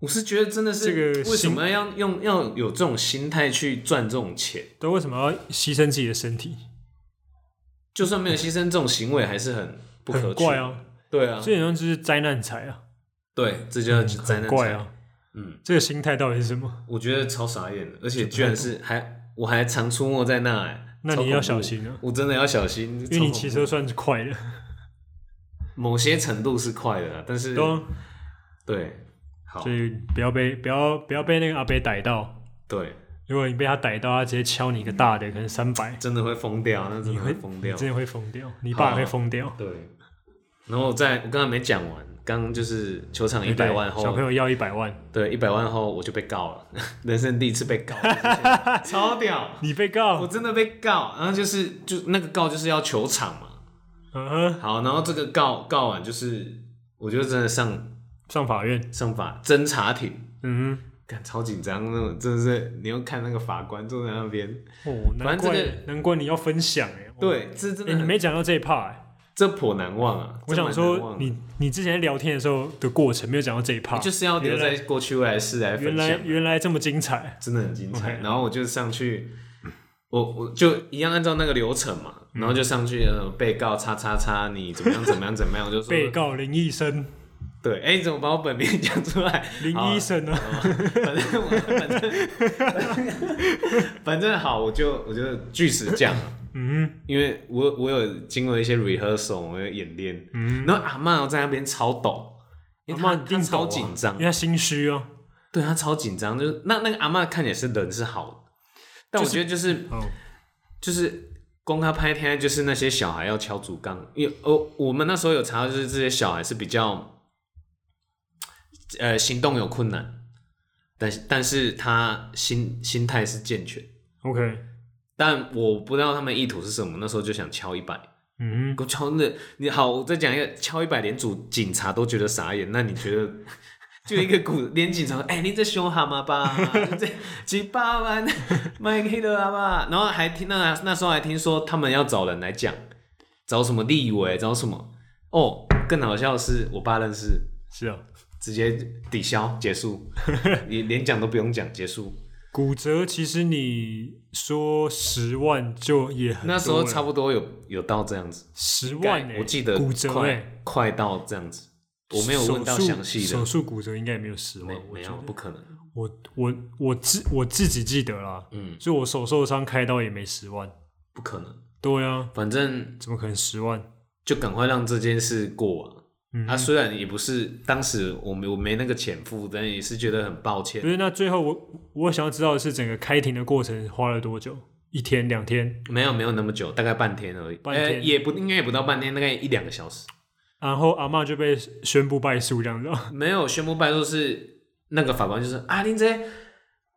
B: 我是觉得真的是，
A: 这个
B: 为什
A: 心
B: 么要用要有这种心态去赚这种钱？
A: 都为什么要牺牲自己的身体？
B: 就算没有牺牲，这种行为还是很不可
A: 很
B: 取。
A: 怪啊，
B: 对啊，
A: 这好像就是灾难财啊，
B: 对，这叫灾
A: 很
B: 难。
A: 怪！啊。
B: 嗯，
A: 这个心态到底是什么？
B: 我觉得超傻眼的，而且居然是还我还常出没在那、哎，
A: 那
B: 超恐
A: 你
B: 怖
A: 要小，心啊，
B: 我真的要小心，
A: 因为你
B: 超恐怖
A: 骑车算是快的，
B: 某些程度是快的啦，但是
A: 对啊，
B: 对，好
A: 所以不要被不要不要被那个阿伯逮到。
B: 对，
A: 如果你被他逮到，他直接敲你一个大的，可能三百，
B: 真的会疯掉，那真的会疯
A: 你
B: 掉。
A: 真的会疯掉，你爸也会疯掉。
B: 对，然后在我刚才没讲完，刚刚就是球场一百万
A: 哎对小
B: 后
A: 朋，友要一百万，
B: 对，一百万后我就被告了， 人生第一次被 告，就是这样超屌。
A: 你被
B: 我
A: 告，
B: 真的被告，然后就是就那个告就是要球场嘛。
A: 嗯哼，
B: 好，然后这个告告完就是，我就真的上
A: 上法院，
B: 上法侦查庭，
A: 嗯
B: 看超紧张，那种真的是你要看那个法官坐在那边，
A: 哼，哦，难
B: 反正
A: 怪
B: 这
A: 难怪你要分享哎，哦，
B: 对，这真的
A: 哎
B: 很、
A: 你没讲到这一 part，哎
B: 这颇难忘啊。
A: 我想
B: 这蛮难
A: 说
B: 忘的
A: 你你之前在聊天的时候的过程没有讲到这一 part，
B: 就是要留在过去未来世来
A: 原
B: 分
A: 来
B: 享，啊
A: 原来这么精彩，
B: 真的很精彩。
A: OK
B: 然后我就上去，我我就一样按照那个流程嘛，
A: 嗯
B: 然后就上去呃被告叉叉叉，你怎么样怎么样怎么样，我就 说
A: 被告林医生，
B: 对，哎、你怎么把我本名讲出来？
A: 林
B: 好啊
A: 医生啊，
B: 反正我反正反正好，我就我就据实讲了，
A: 嗯
B: 因为我我有经过一些 rehearsal，我有演练，
A: 嗯。
B: 然后阿曼在那边超抖，因为
A: 阿
B: 他
A: 嬷一定
B: 他
A: 抖
B: 超
A: 啊
B: 紧张
A: 因为，他心虚啊。
B: 对他超紧张，就是那那个阿曼看起来是人是好的，但我觉得就是
A: 哦，
B: 就是公他拍天，就是那些小孩要敲竹杠，有哦，我们那时候有查到，就是这些小孩是比较，呃，行动有困难，但是但是他心心态是健全，
A: OK，
B: 但我不知道他们意图是什么，那时候就想敲一百。
A: 嗯，
B: 给我敲那，你好，我再讲一个，敲一百连主警察都觉得傻眼，那你觉得？就一个古连警察，哎、你这凶蛤蟆吧， 你这几百万卖给的阿爸，然后还听那那时候还听说他们要找人来讲，找什么立委，找什么哦，更好笑的是我爸认识，
A: 是啊，
B: 直接抵消结束，你连讲都不用讲结束，
A: 骨折其实你说十万就也很多了，
B: 那时候差不多有有到这样子，
A: 十万、欸，
B: 我记得
A: 骨折
B: 快、
A: 欸
B: 快到这样子，我没有问到
A: 手术
B: 详细的，
A: 手术骨折应该也没有十
B: 没
A: 万，我
B: 没
A: 觉
B: 有，
A: 得
B: 不可能。
A: 我我我自我自己记得啦，
B: 嗯，
A: 就我手受伤开刀也没十万，
B: 不可能。
A: 对啊，
B: 反正
A: 怎么可能十万？
B: 就赶快让这件事过完。
A: 嗯
B: 啊，虽然也不是当时我没我没那个钱付，但也是觉得很抱
A: 不
B: 歉。
A: 是，那最后我我想要知道的是整个开庭的过程花了多久？一天两天？
B: 没有没有那么久，大概半天而已。
A: 半天
B: 呃也不应该也不到半天，大概一两个小时。
A: 然后阿嬷就被宣布败诉这样子哦，
B: 没有宣布败诉是那个法官就是啊，恁这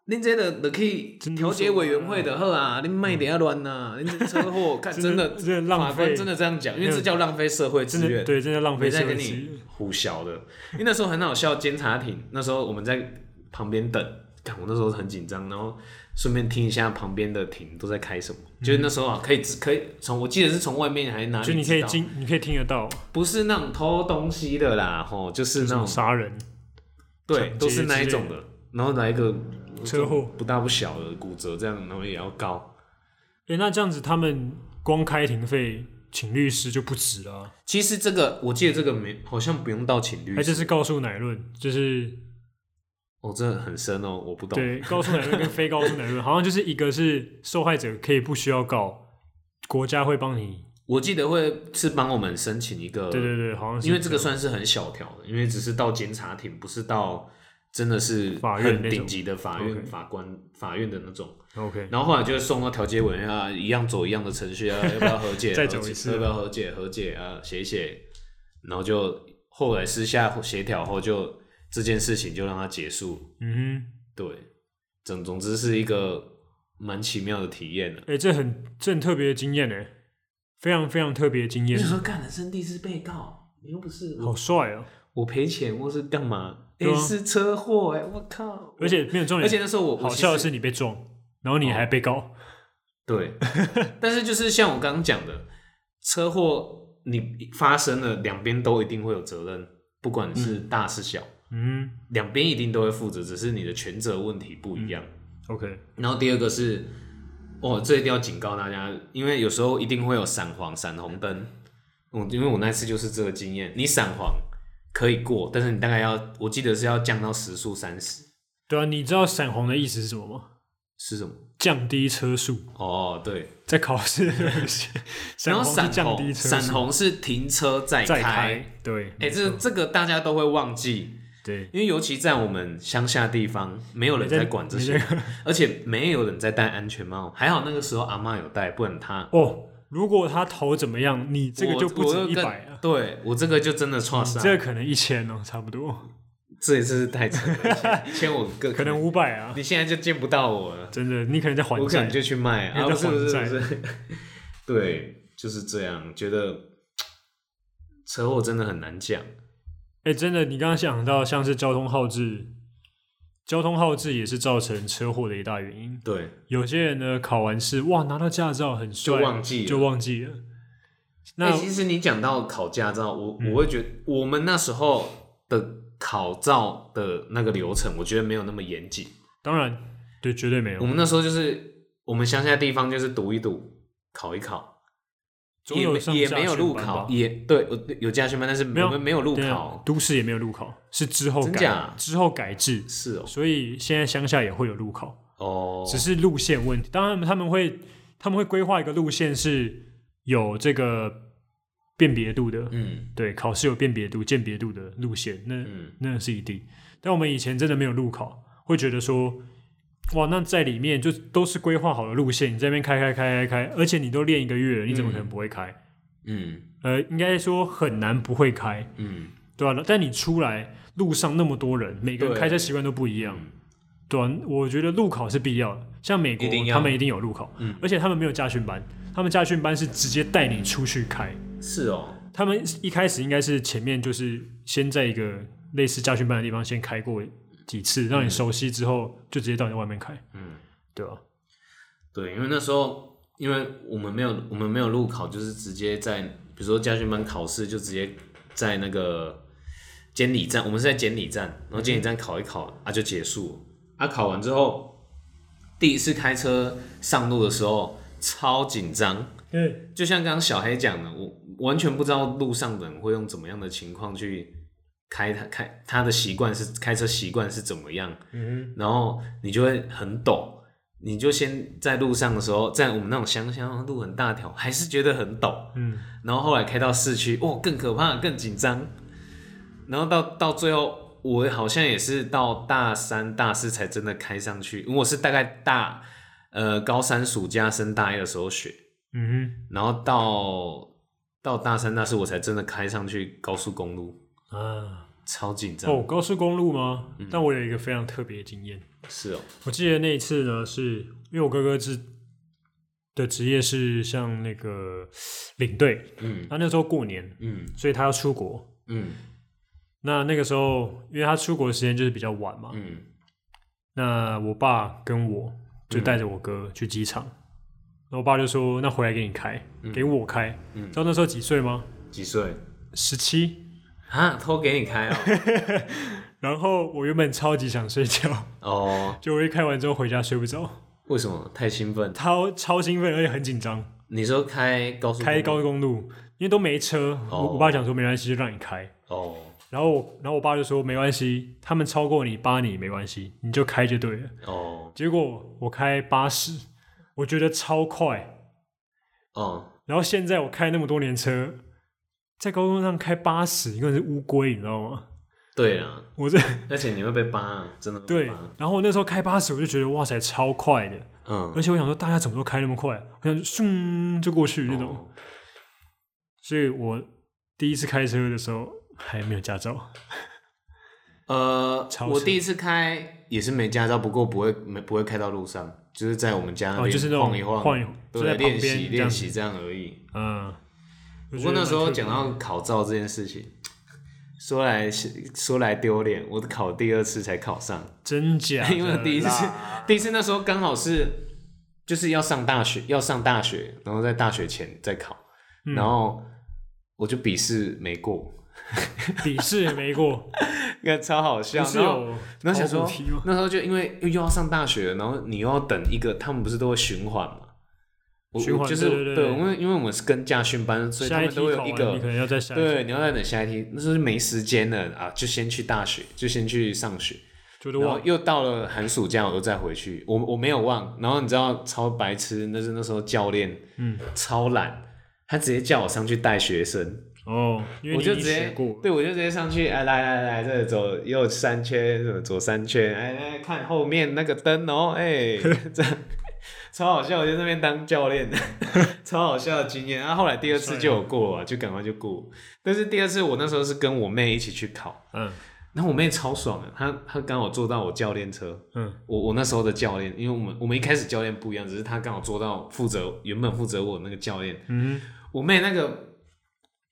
B: 恁这的的可以
A: 真的嗯
B: 调解委员会的好啊，恁卖点乱呐，恁这车 祸，看 真的
A: 真的
B: 法
A: 浪
B: 官
A: 费，
B: 真的这样讲，因为这叫浪费社会
A: 真
B: 资
A: 的
B: 源。
A: 对，真的浪费
B: 没在
A: 社会
B: 跟
A: 资
B: 你
A: 源。
B: 胡笑的，因为那时候很好笑，监察庭那时候我们在旁边等，看我那时候很紧张，然后顺便听一下旁边的庭都在开什么，就是那时候啊，可以可以从我记得是从外面还哪
A: 就
B: 里知道，
A: 你可以听，你可以听得到，
B: 不是那种偷东西的啦，吼，就是那
A: 什么
B: 种
A: 杀人、
B: 对
A: 抢劫，
B: 都是那一种的，然后来一个
A: 车祸。
B: 不大不小的骨折，这样然后也要高。
A: 哎、那这样子他们光开庭费请律师就不止了、啊，
B: 其实这个我记得这个没好像不用到请律
A: 哎，这
B: 师，
A: 是告诉乃论，就是
B: 哦，这很深哦，我不懂。
A: 对告诉乃论跟非告诉乃论， 好像就是一个是受害者可以不需要告，国家会帮你，
B: 我记得会是帮我们申请一个
A: 对对对，好像是
B: 呃因为这个算是很小条的，因为只是到监察庭，不是到真的是
A: 法院
B: 很
A: 那种
B: 顶级的法院
A: OK
B: 法官法院的那种。
A: OK，
B: 然后后来就送到调解委员啊，一样走一样的程序 啊，要不要和解？
A: 再走
B: 和解
A: 一次啊
B: 要不要和解？和解啊，写一写，然后就后来私下协调后就，这件事情就让它结束。
A: 嗯
B: 对，总总之是一个蛮奇妙的体验的、啊
A: 哼，。哎、这很这很特别的经验哎、非常非常特别的经验
B: 你，说干人生第一次被告，你又不是我
A: 好帅哦、
B: 我赔钱或是干嘛？哎、
A: 对啊
B: 是车祸哎、我靠！
A: 而且没有重点，
B: 而且那时候我我
A: 好
B: 其实哦
A: 笑的是你被撞，然后你还被告，
B: 对，但是就是像我刚刚讲的，车祸你发生了，两边都一定会有责任，不管是大是小，
A: 嗯
B: 两边、一定都会负责，只是你的权责问题不一样。
A: 嗯，OK，
B: 然后第二个是，哦，这一定要警告大家，因为有时候一定会有闪黄、闪红灯。我因为我那次就是这个经验，你闪黄可以过，但是你大概要，我记得是要降到时速三十，
A: 对啊，你知道闪红的意思是什么吗？
B: 是什么？
A: 降低车速，
B: 哦，对，
A: 在考试的时候
B: 然后
A: 红
B: 闪
A: 是降低
B: 红，
A: 车速
B: 闪红是停车再
A: 再
B: 开。，
A: 对，
B: 哎、这这个大家都会忘记，
A: 对，
B: 因为尤其在我们乡下地方，没有人
A: 没在
B: 在管这
A: 没
B: 些，而且没有人在戴安全帽。还好那个时候阿妈有戴，不然她
A: 哦，如果他投怎么样，你这个
B: 我
A: 就不
B: 我
A: 止
B: 又
A: 一
B: 更
A: 百啊，
B: 对我这个就真的创
A: 你
B: 伤，
A: 这个可能一千哦，差不多，
B: 这也是太扯了，欠欠我个
A: 可能五百啊，
B: 你现在就见不到我了，
A: 真的，你可能在还
B: 我可能
A: 债，
B: 就去 卖啊，
A: 因为
B: 不
A: 在
B: 是不是
A: 还
B: 不是， 对，就是这样，觉得嗯车祸真的很难讲。
A: 哎，真的，你刚刚想到像是交通耗志，交通耗志也是造成车祸的一大原因。
B: 对，
A: 有些人呢，考完试哇，拿到驾照很帅，
B: 就忘记了
A: 就忘记了。
B: 那、
A: 那嗯
B: 其实你讲到考驾照，我我会觉得我们那时候的考照的那个流程，我觉得没有那么严谨。
A: 当然，对，绝对没有
B: 我，们那时候就是我们乡下地方就是读一读，考一考，
A: 总
B: 也
A: 有
B: 没
A: 上
B: 也
A: 下
B: 没有
A: 选
B: 路
A: 班
B: 考
A: 吧，
B: 也对有驾训班，但是
A: 没有
B: 我们没有路
A: 对啊
B: 考，
A: 都市也没有路考，是之后
B: 真
A: 改
B: 假
A: 之后改制，
B: 是哦
A: 所以现在乡下也会有路考，
B: 哦，
A: 只是路线问题。当然他们会他们会规划一个路线是有这个辨别度的，
B: 嗯
A: 对，考试有辨别度、鉴别度的路线，那、
B: 嗯
A: 那是一定。但我们以前真的没有路考，会觉得说哇，那在里面就都是规划好的路线，你在那边开开开开开，而且你都练一个月了，你怎么可能不会开？
B: 嗯
A: 呃，应该说很难不会开，
B: 嗯，
A: 对吧、但你出来路上那么多人，每个人
B: 对嗯
A: 开车习惯都不一样，对啊我觉得路考是必要的，像美国
B: 一定要嗯
A: 他们一定有路考，而且他们没有驾训班，他们驾训班是直接带你出去开，
B: 是哦，
A: 他们一开始应该是前面就是先在一个类似驾训班的地方先开过几次，让你熟悉之后，就直接到你外面开，
B: 嗯，
A: 对啊吧、
B: 对，因为那时候因为我们没有我们没有路考，就是直接在比如说家训班考试就直接在那个监理站，我们是在监理站，然后监理站考一考啊就结束了，啊考完之后第一次开车上路的时候超紧张，
A: 对，
B: 就像刚刚小黑讲的，我完全不知道路上的人会用怎么样的情况去开他开他的习惯是开车习惯是怎么样，
A: 嗯
B: 然后你就会很抖。你就先在路上的时候，在我们那种乡下路很大条，还是觉得很陡。
A: 嗯，
B: 然后后来开到市区，哦，更可怕，更紧张。然后到到最后，我好像也是到大三、大四才真的开上去，因为我是大概大呃高三暑假升大一的时候学，
A: 嗯
B: 然后到到大三、大四我才真的开上去高速公路，
A: 哼，啊。
B: 超紧张。
A: 哦，高速公路吗？
B: 嗯
A: 但我有一个非常特别的经验。
B: 是哦，
A: 我记得那一次呢，是因为我哥哥是的职业是像那个领队，
B: 嗯
A: 他那时候过年，
B: 嗯
A: 所以他要出国。
B: 嗯
A: 那那个时候，因为他出国的时间就是比较晚嘛，
B: 嗯
A: 那我爸跟我就带着我哥去机场，然后我爸就说：“那回来给你开，给我开。
B: 嗯
A: 知道那时候几岁吗？
B: 几岁
A: 十七。
B: 啊？偷给你开 哦。
A: 然后我原本超级想睡觉，
B: 哦，
A: 就我一开完之后回家睡不着，
B: 为什么太兴奋？
A: 超超兴奋，而且很紧张。
B: 你说开高速公
A: 开
B: 路
A: 高速公路，因为都没车，我、
B: 哦
A: 我爸讲说没关系，就让你开。
B: 哦
A: 然后我，然后我爸就说没关系，他们超过你八你没关系，你就开就对了。
B: 哦
A: 结果我开八十，我觉得超快。
B: 哦，
A: 然后现在我开那么多年车，在高速公路上开八十，一个人是乌龟，你知道吗？
B: 对啦，
A: 我这
B: 而且你会被扒啊，真的
A: 对
B: 会被扒。，
A: 然后我那时候开八十，我就觉得哇塞，超快的。
B: 嗯，
A: 而且我想说，大家怎么都开那么快？我想咻就过去那种。
B: 哦
A: 所以我第一次开车的时候还没有驾照。
B: 呃
A: 超，
B: 我
A: 市
B: 第一次开也是没驾照，不过不会没不会开到路上，就是在我们家那
A: 哦
B: 边
A: 就是那种
B: 晃一晃，
A: 晃一就在
B: 对，
A: 旁边
B: 练习
A: 这样
B: 练
A: 子
B: 习这样而已。
A: 嗯，我
B: 不
A: 觉
B: 过
A: 得
B: 那时候
A: 蛮特别
B: 讲
A: 的
B: 到考照这件事情，说来说来丢脸，我考第二次才 考上，
A: 真假的啦，
B: 因为 第一次第一次那时候刚好是就是要上大学，要上大学，然后在大学前再考，
A: 嗯
B: 然后我就笔试没 过，
A: 笔试也没 过，
B: 那超好笑。
A: 不是
B: 啊然后
A: 有
B: 然后想
A: 考古
B: 说
A: 题哦吗？
B: 那时候就因为又要上大学了，然后你又要等一个，他们不是都会循环嘛？我
A: 循环
B: 我就
A: 对对
B: 是
A: 对
B: 因为因为我们是跟驾训班，所以他
A: 下一
B: 们
A: 题
B: 都会
A: 考
B: 有一
A: 完你可
B: 个
A: 能要再下一题，
B: 对，你要再等下一题，那时候就没时间了啊，就先去大学，就先去上学，
A: 觉得
B: 然后
A: 哇，
B: 又到了寒暑假，我又再回去，我我没有忘，然后你知道超白痴，那是那时候教练，嗯，超懒，他直接叫我上去带学生，
A: 哦，因为
B: 我
A: 你
B: 就
A: 已
B: 直
A: 经
B: 接
A: 学过，
B: 对，我就直接上去，哎，来来来，这走右三圈，什么左三圈，哎来看后面那个灯哦，哎， 这样超好笑，我就在那边当教练， 超好笑的经验。啊然、后后来第二次就有过了，就赶快就过。但是第二次我那时候是跟我妹一起去考，
A: 嗯
B: 然后我妹超爽的，她她刚好坐到我教练车，
A: 嗯
B: 我我那时候的教练，因为我们我们一开始教练不一样，只是她刚好坐到负责原本负责我那个教练，
A: 嗯
B: 我妹那个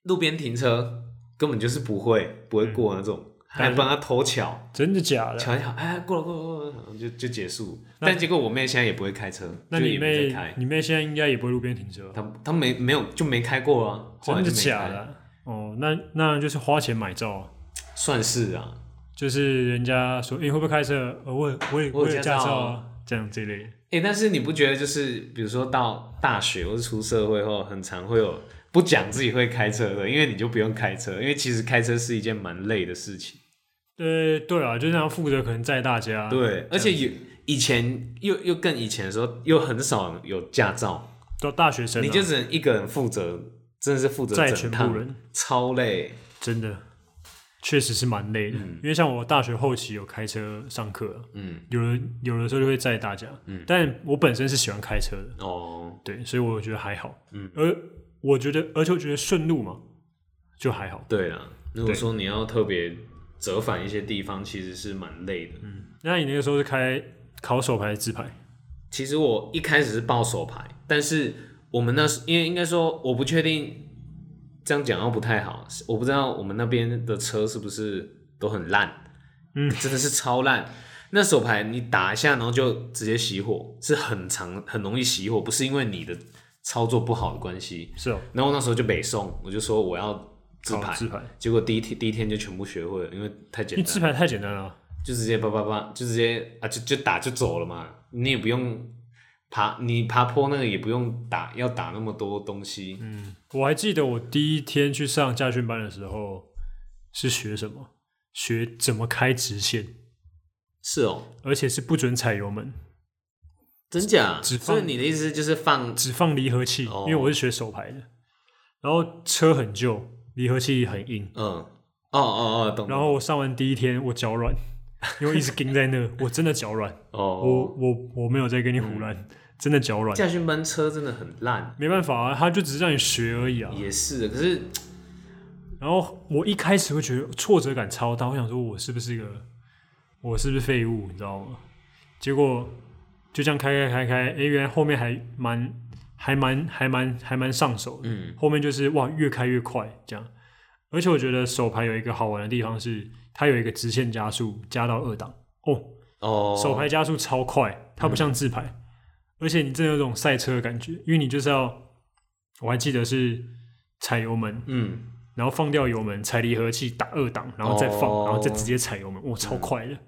B: 路边停车根本就是不会不会过那种，
A: 嗯
B: 还帮她偷巧
A: 哼，真的假的？
B: 巧一巧，哎，过了过了过了过了，就就结束。但结果我妹现在也不会开车，
A: 那
B: 就
A: 你
B: 也没
A: 妹
B: 在开，
A: 你妹现在应该也不会路边停车吧，
B: 她她没没有就没开过啊，后来
A: 真
B: 就
A: 的
B: 没
A: 假
B: 开，
A: 的？哦，那那就是花钱买照啊，
B: 算是啊，
A: 就是人家说你会不会开车？呃，我有我也
B: 我有
A: 有
B: 驾
A: 驾
B: 照
A: 照
B: 啊
A: 啊，这样这类的。
B: 哎、但是你不觉得就是比如说到大学或是出社会后，很常会有不讲自己会开车的，因为你就不用开车，因为其实开车是一件蛮累的事情。
A: 呃，对啊，就是要负责可能载大家，
B: 对，而且有以前又又更以前的时候，又很少有驾照，
A: 都大学生啊，
B: 你就只能一个人负责，真的是负责
A: 载
B: 整
A: 全部
B: 趟，
A: 人，
B: 超累。
A: 真的。确实是蛮累的，因为像我大学后期有开车上课，
B: 嗯，
A: 有的有的时候就会载大家，嗯，但我本身是喜欢开车的，
B: 哦，
A: 对，所以我觉得还好，
B: 嗯，
A: 而我觉得，而且我觉得顺路嘛，就还好。
B: 对啦，如果说你要特别折返一些地方，其实是蛮累的。
A: 那你那个时候是开考手牌还是自牌？
B: 其实我一开始是报手牌，但是我们那时因为应该说我不确定，这样讲又不太好，我不知道我们那边的车是不是都很烂，嗯，真的是超烂。那手牌你打一下，然后就直接熄火，是很长很容易熄火，不是因为你的操作不好的关系。
A: 是哦，
B: 然后我那时候就北送，我就说我要哦自
A: 考
B: 牌，
A: 自牌，
B: 结果第一天第一天就全部学会了，因为太简
A: 因
B: 单
A: 为自
B: 了。
A: 牌太简单了，
B: 就直接叭叭叭，就直接啊，就就打就走了嘛，你也不用爬，你爬坡那个也不用打，要打那么多东西。
A: 我还记得我第一天去上驾训班的时候是学什么？学怎么开直线，
B: 是哦，
A: 而且是不准踩油门，
B: 真假？
A: 只
B: 所以
A: 放
B: 你的意思就是放
A: 只放离合器，
B: 哦
A: 因为我是学手牌的。然后车很旧，离合器很硬。
B: 嗯，哦哦哦，懂。
A: 然后我上完第一天，我脚 软，因为一直盯在那，我真的脚软。我
B: 哦，嗯
A: 我我没有在跟你胡乱，真的脚软，
B: 驾训班车真的很烂，
A: 没办法啊，他就只是让你学而已啊。
B: 也是，可是
A: 然后我一开始会觉得挫折感超大，我想说我是不是一个，我是不是废物，你知道吗？结果就这样开开开开，哎，原来后面还蛮还蛮还蛮还蛮上手的，
B: 嗯
A: 后面就是哇越开越快这样。而且我觉得手牌有一个好玩的地方是，它有一个直线加速加到二档哦，
B: 哦，
A: 手牌加速超快，它不像自牌，而且你真的有种赛车的感觉，因为你就是要，我还记得是踩油门，
B: 嗯，
A: 然后放掉油门，踩离合器打二档，然后再放，
B: 哦嗯
A: 然后再直接踩油门，哇，超快的。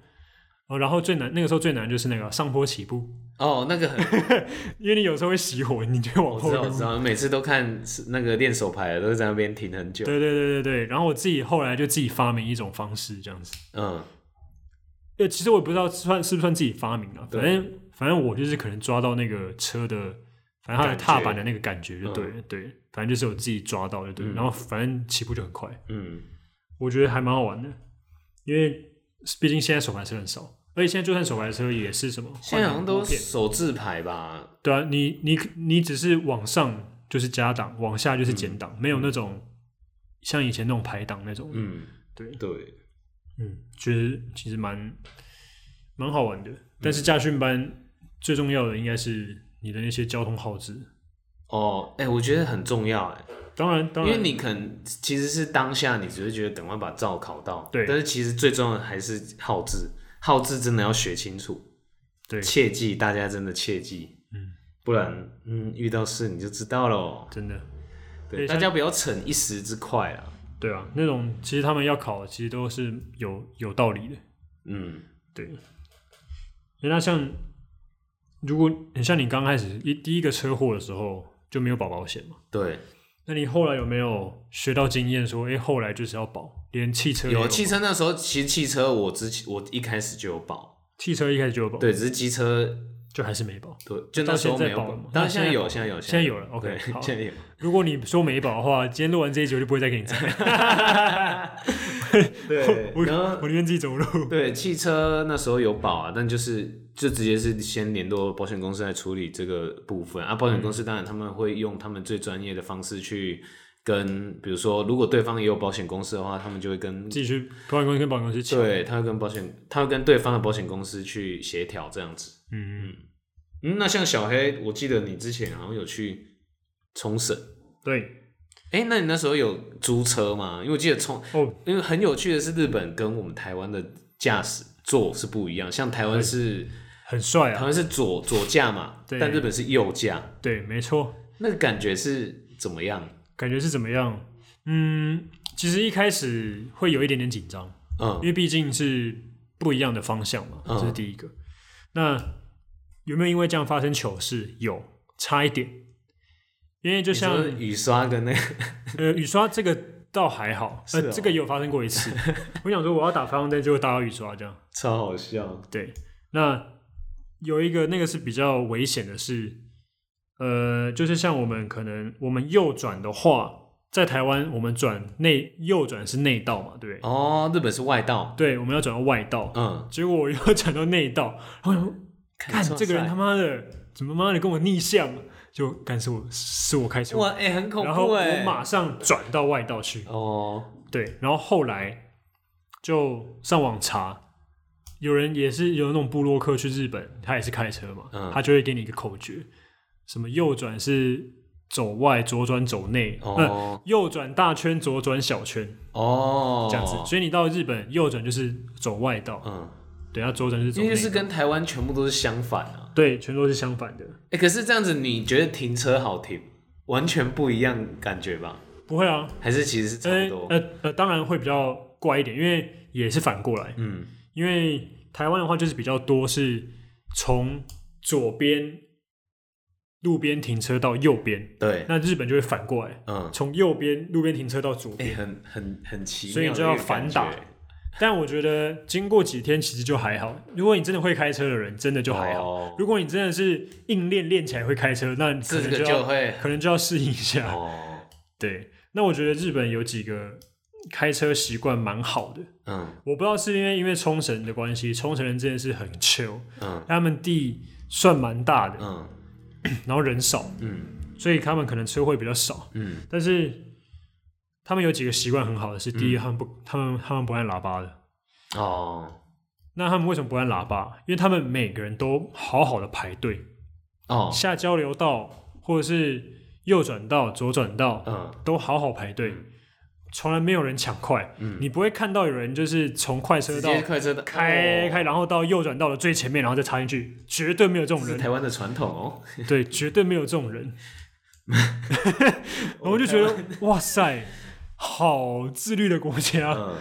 A: 哦，然后最难那个时候最难就是那个上坡起步，
B: 哦，那 个很，
A: 因为你有时候会熄火，你就会往
B: 我
A: 后
B: 知道，
A: 撸
B: 我。知道，每次都看那个练手牌的都在那边停很久。
A: 对对对对对，然后我自己后来就自己发明一种方式，这样子。
B: 嗯，
A: 呃，其实我也不知道算是不是算自己发明了，啊
B: 对
A: 反正反正我就是可能抓到那个车的，反正它的
B: 感觉嗯
A: 踏板的那个感觉就对了，对，反正就是我自己抓到就对了，然后反正起步就很快，
B: 嗯，
A: 我觉得还蛮好玩的，因为毕竟现在手排车很少，而且现在就算手排车也是什么，
B: 现在好像都
A: 换挡拨片
B: 手自牌吧，
A: 对啊，你你你只是往上就是加档，往下就是
B: 嗯
A: 减档，没有那种像以前那种排档那种，
B: 嗯，
A: 对
B: 对，
A: 嗯，觉得其实蛮蛮好玩的。但是驾训班最重要的应该是你的那些交通耗资，
B: 哦，哎、我觉得很重要哎，
A: 当然，当
B: 因
A: 然，
B: 为你可能其实是当下你只是觉得等快把照考到，
A: 对
B: 但是其实最重要的还是好字，好字真的要学清楚，
A: 对
B: 切记大家真的切记，
A: 嗯，
B: 不然嗯遇到事你就知道喽，
A: 真的
B: 对，
A: 像
B: 大家不要逞一时之快啦，
A: 对啊，那种其实他们要考，其实都是有有道理的。
B: 嗯，
A: 对，那像如果像你刚开始一第一个车祸的时候就没有保保险嘛？
B: 对，
A: 那你后来有没有学到经验说，哎、后来就是要保，连汽车也
B: 有
A: 保
B: 汽车那时候其实汽车我之前我一开始就有保，
A: 汽车一开始就有保，
B: 对，只是机车
A: 就还是没保。
B: 对就那时候没有
A: 到现在保了吗
B: 当然现在
A: 那现在
B: 有，现在有，
A: 现在有了，OK，
B: 对，
A: 好
B: 现在有。
A: 如果你说没保的话，今天录完这一集我就不会再给你 猜，
B: 对
A: 我
B: 然后
A: 我宁愿自己走路。
B: 对汽车那时候有保啊，但就是就直接是先联络保险公司来处理这个部分啊。保险公司当然他们会用他们最专业的方式去跟，比如说如果对方也有保险公司的话，他们就会跟
A: 自己去保险公司跟保险公司签。
B: 对，他会跟保险，他会跟对方的保险公司去协调这样子。
A: 嗯，
B: 嗯，那像小黑，我记得你之前好像有去冲绳，
A: 对，
B: 哎、那你那时候有租车吗？因为我记得冲
A: 哦，
B: 因为很有趣的是，日本跟我们台湾的驾驶座是不一样，像台湾是。
A: 很帅
B: 台
A: 啊，
B: 湾是左左驾嘛，
A: 对
B: 但日本是右驾，
A: 对，没错，
B: 那个感觉是怎么样？
A: 感觉是怎么样？嗯，其实一开始会有一点点紧张，因
B: 嗯
A: 为毕竟是不一样的方向嘛，
B: 嗯
A: 这是第一个。那有没有因为这样发生糗事？有，差一点，因为就像
B: 你说雨刷跟那个，
A: 呃，雨刷这个倒还好，呃，
B: 是哦
A: 这个也有发生过一 次。我想说我要打发动灯，结果打到雨刷这样。
B: 超好笑。
A: 对，那有一个那个是比较危险的是，呃，就是像我们可能我们右转的话，在台湾我们转内右转是内道嘛，对不对？
B: 哦，日本是外道，
A: 对，我们要转到外道，
B: 嗯，
A: 结果我又 转到内道，然后我想说看这个人他
B: 们
A: 妈的怎么妈的跟我逆向，就干是我是我开车，
B: 哇，哎、很恐
A: 然后
B: 怖哎、
A: 我马上转到外道去，
B: 哦，
A: 对，然后后来就上网查，有人也是有那种部落客去日本，他也是开车嘛，
B: 嗯
A: 他就会给你一个口诀，什么右转是走外，左转走内，
B: 哦
A: 呃右转大圈，左转小圈
B: 哦，
A: 这样子，所以你到日本右转就是走外道，
B: 嗯，
A: 对，要左转就是走
B: 因
A: 内
B: 为
A: 道，
B: 是跟台湾全部都是相反啊。
A: 对，全都是相反的，
B: 哎、可是这样子，你觉得停车好停，完全不一样感觉吧？
A: 不会啊，
B: 还是其实是差
A: 呃
B: 不多？
A: 呃呃，当然会比较怪一点，因为也是反过来，
B: 嗯，
A: 因为台湾的话就是比较多是从左边路边停车到右边，
B: 对，
A: 那日本就会反过来，
B: 嗯，
A: 从右边路边停车到左
B: 哎、
A: 边。
B: 很很很奇妙，
A: 所以就要反打，但我觉得经过几天其实就还好。如果你真的会开车的人，真的就还好。
B: 哦
A: 如果你真的是硬练练起来会开车，那你可
B: 这
A: 能
B: 个
A: 就
B: 就
A: 要
B: 会
A: 可能就要适应一下。
B: 哦，
A: 对，那我觉得日本有几个开车习惯蛮好的。
B: 嗯
A: 我不知道是因为因为冲绳的关系，冲绳人真的是很 chill，
B: 嗯
A: 他们地算蛮大的，
B: 嗯
A: 然后人少，
B: 嗯
A: 所以他们可能车会比较少。
B: 嗯，
A: 但是他们有几个习惯很好的是，第一，他们不，他们他们不按喇叭的。
B: 哦
A: 那他们为什么不按喇叭？因为他们每个人都好好的排队，
B: 哦，
A: 下交流道或者是右转道、左转道、
B: 嗯
A: 都好好排队，从来没有人抢快。
B: 嗯，
A: 你不会看到有人就是从快车
B: 直
A: 道
B: 接快车道
A: 开
B: 哦
A: 开，然后到右转道的最前面，然后再插进去，绝对没有这种
B: 这是
A: 人，
B: 台湾的传统哦。
A: 对，绝对没有这种人。然后我就觉得，哇塞，好自律的国家。
B: 嗯，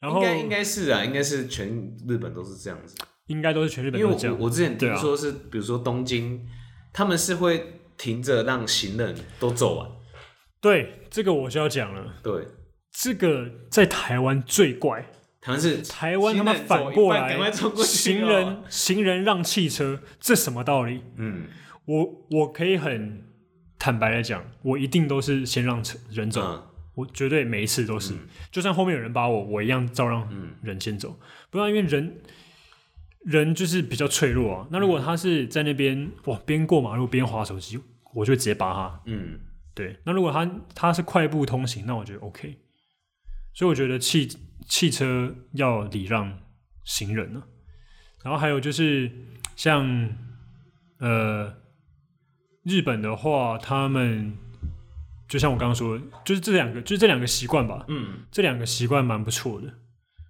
A: 啊然
B: 应
A: 后
B: 该应该是啊，应该是全日本都是这样子。
A: 应该都是全日
B: 因
A: 本
B: 为
A: 都
B: 我
A: 这样。
B: 我之前
A: 对
B: 听
A: 啊
B: 说是，比如说东京，他们是会停着让行人都走完。
A: 对，这个我就要讲了，
B: 对，
A: 这个在台湾最怪，
B: 台湾是
A: 台湾他妈
B: 行人走一
A: 反过
B: 半赶快
A: 来，
B: 冲过去哦
A: 行人行人让汽车，这什么道理？
B: 嗯
A: 我我可以很坦白的讲，我一定都是先让车人走，
B: 嗯
A: 我绝对每一次都是，就算后面有人把我，我一样照让人先走。不然因为人人就是比较脆弱啊。那如果他是在那边哇边过马路边划手机，我就直接拔他。
B: 嗯
A: 对，那如果他他是快步通行，那我觉得 OK。所以我觉得汽汽车要礼让行人呢、然后还有就是像呃日本的话，他们就像我刚刚说的，就是这两个，就是这两个习惯吧，
B: 嗯，
A: 这两个习惯蛮不错的，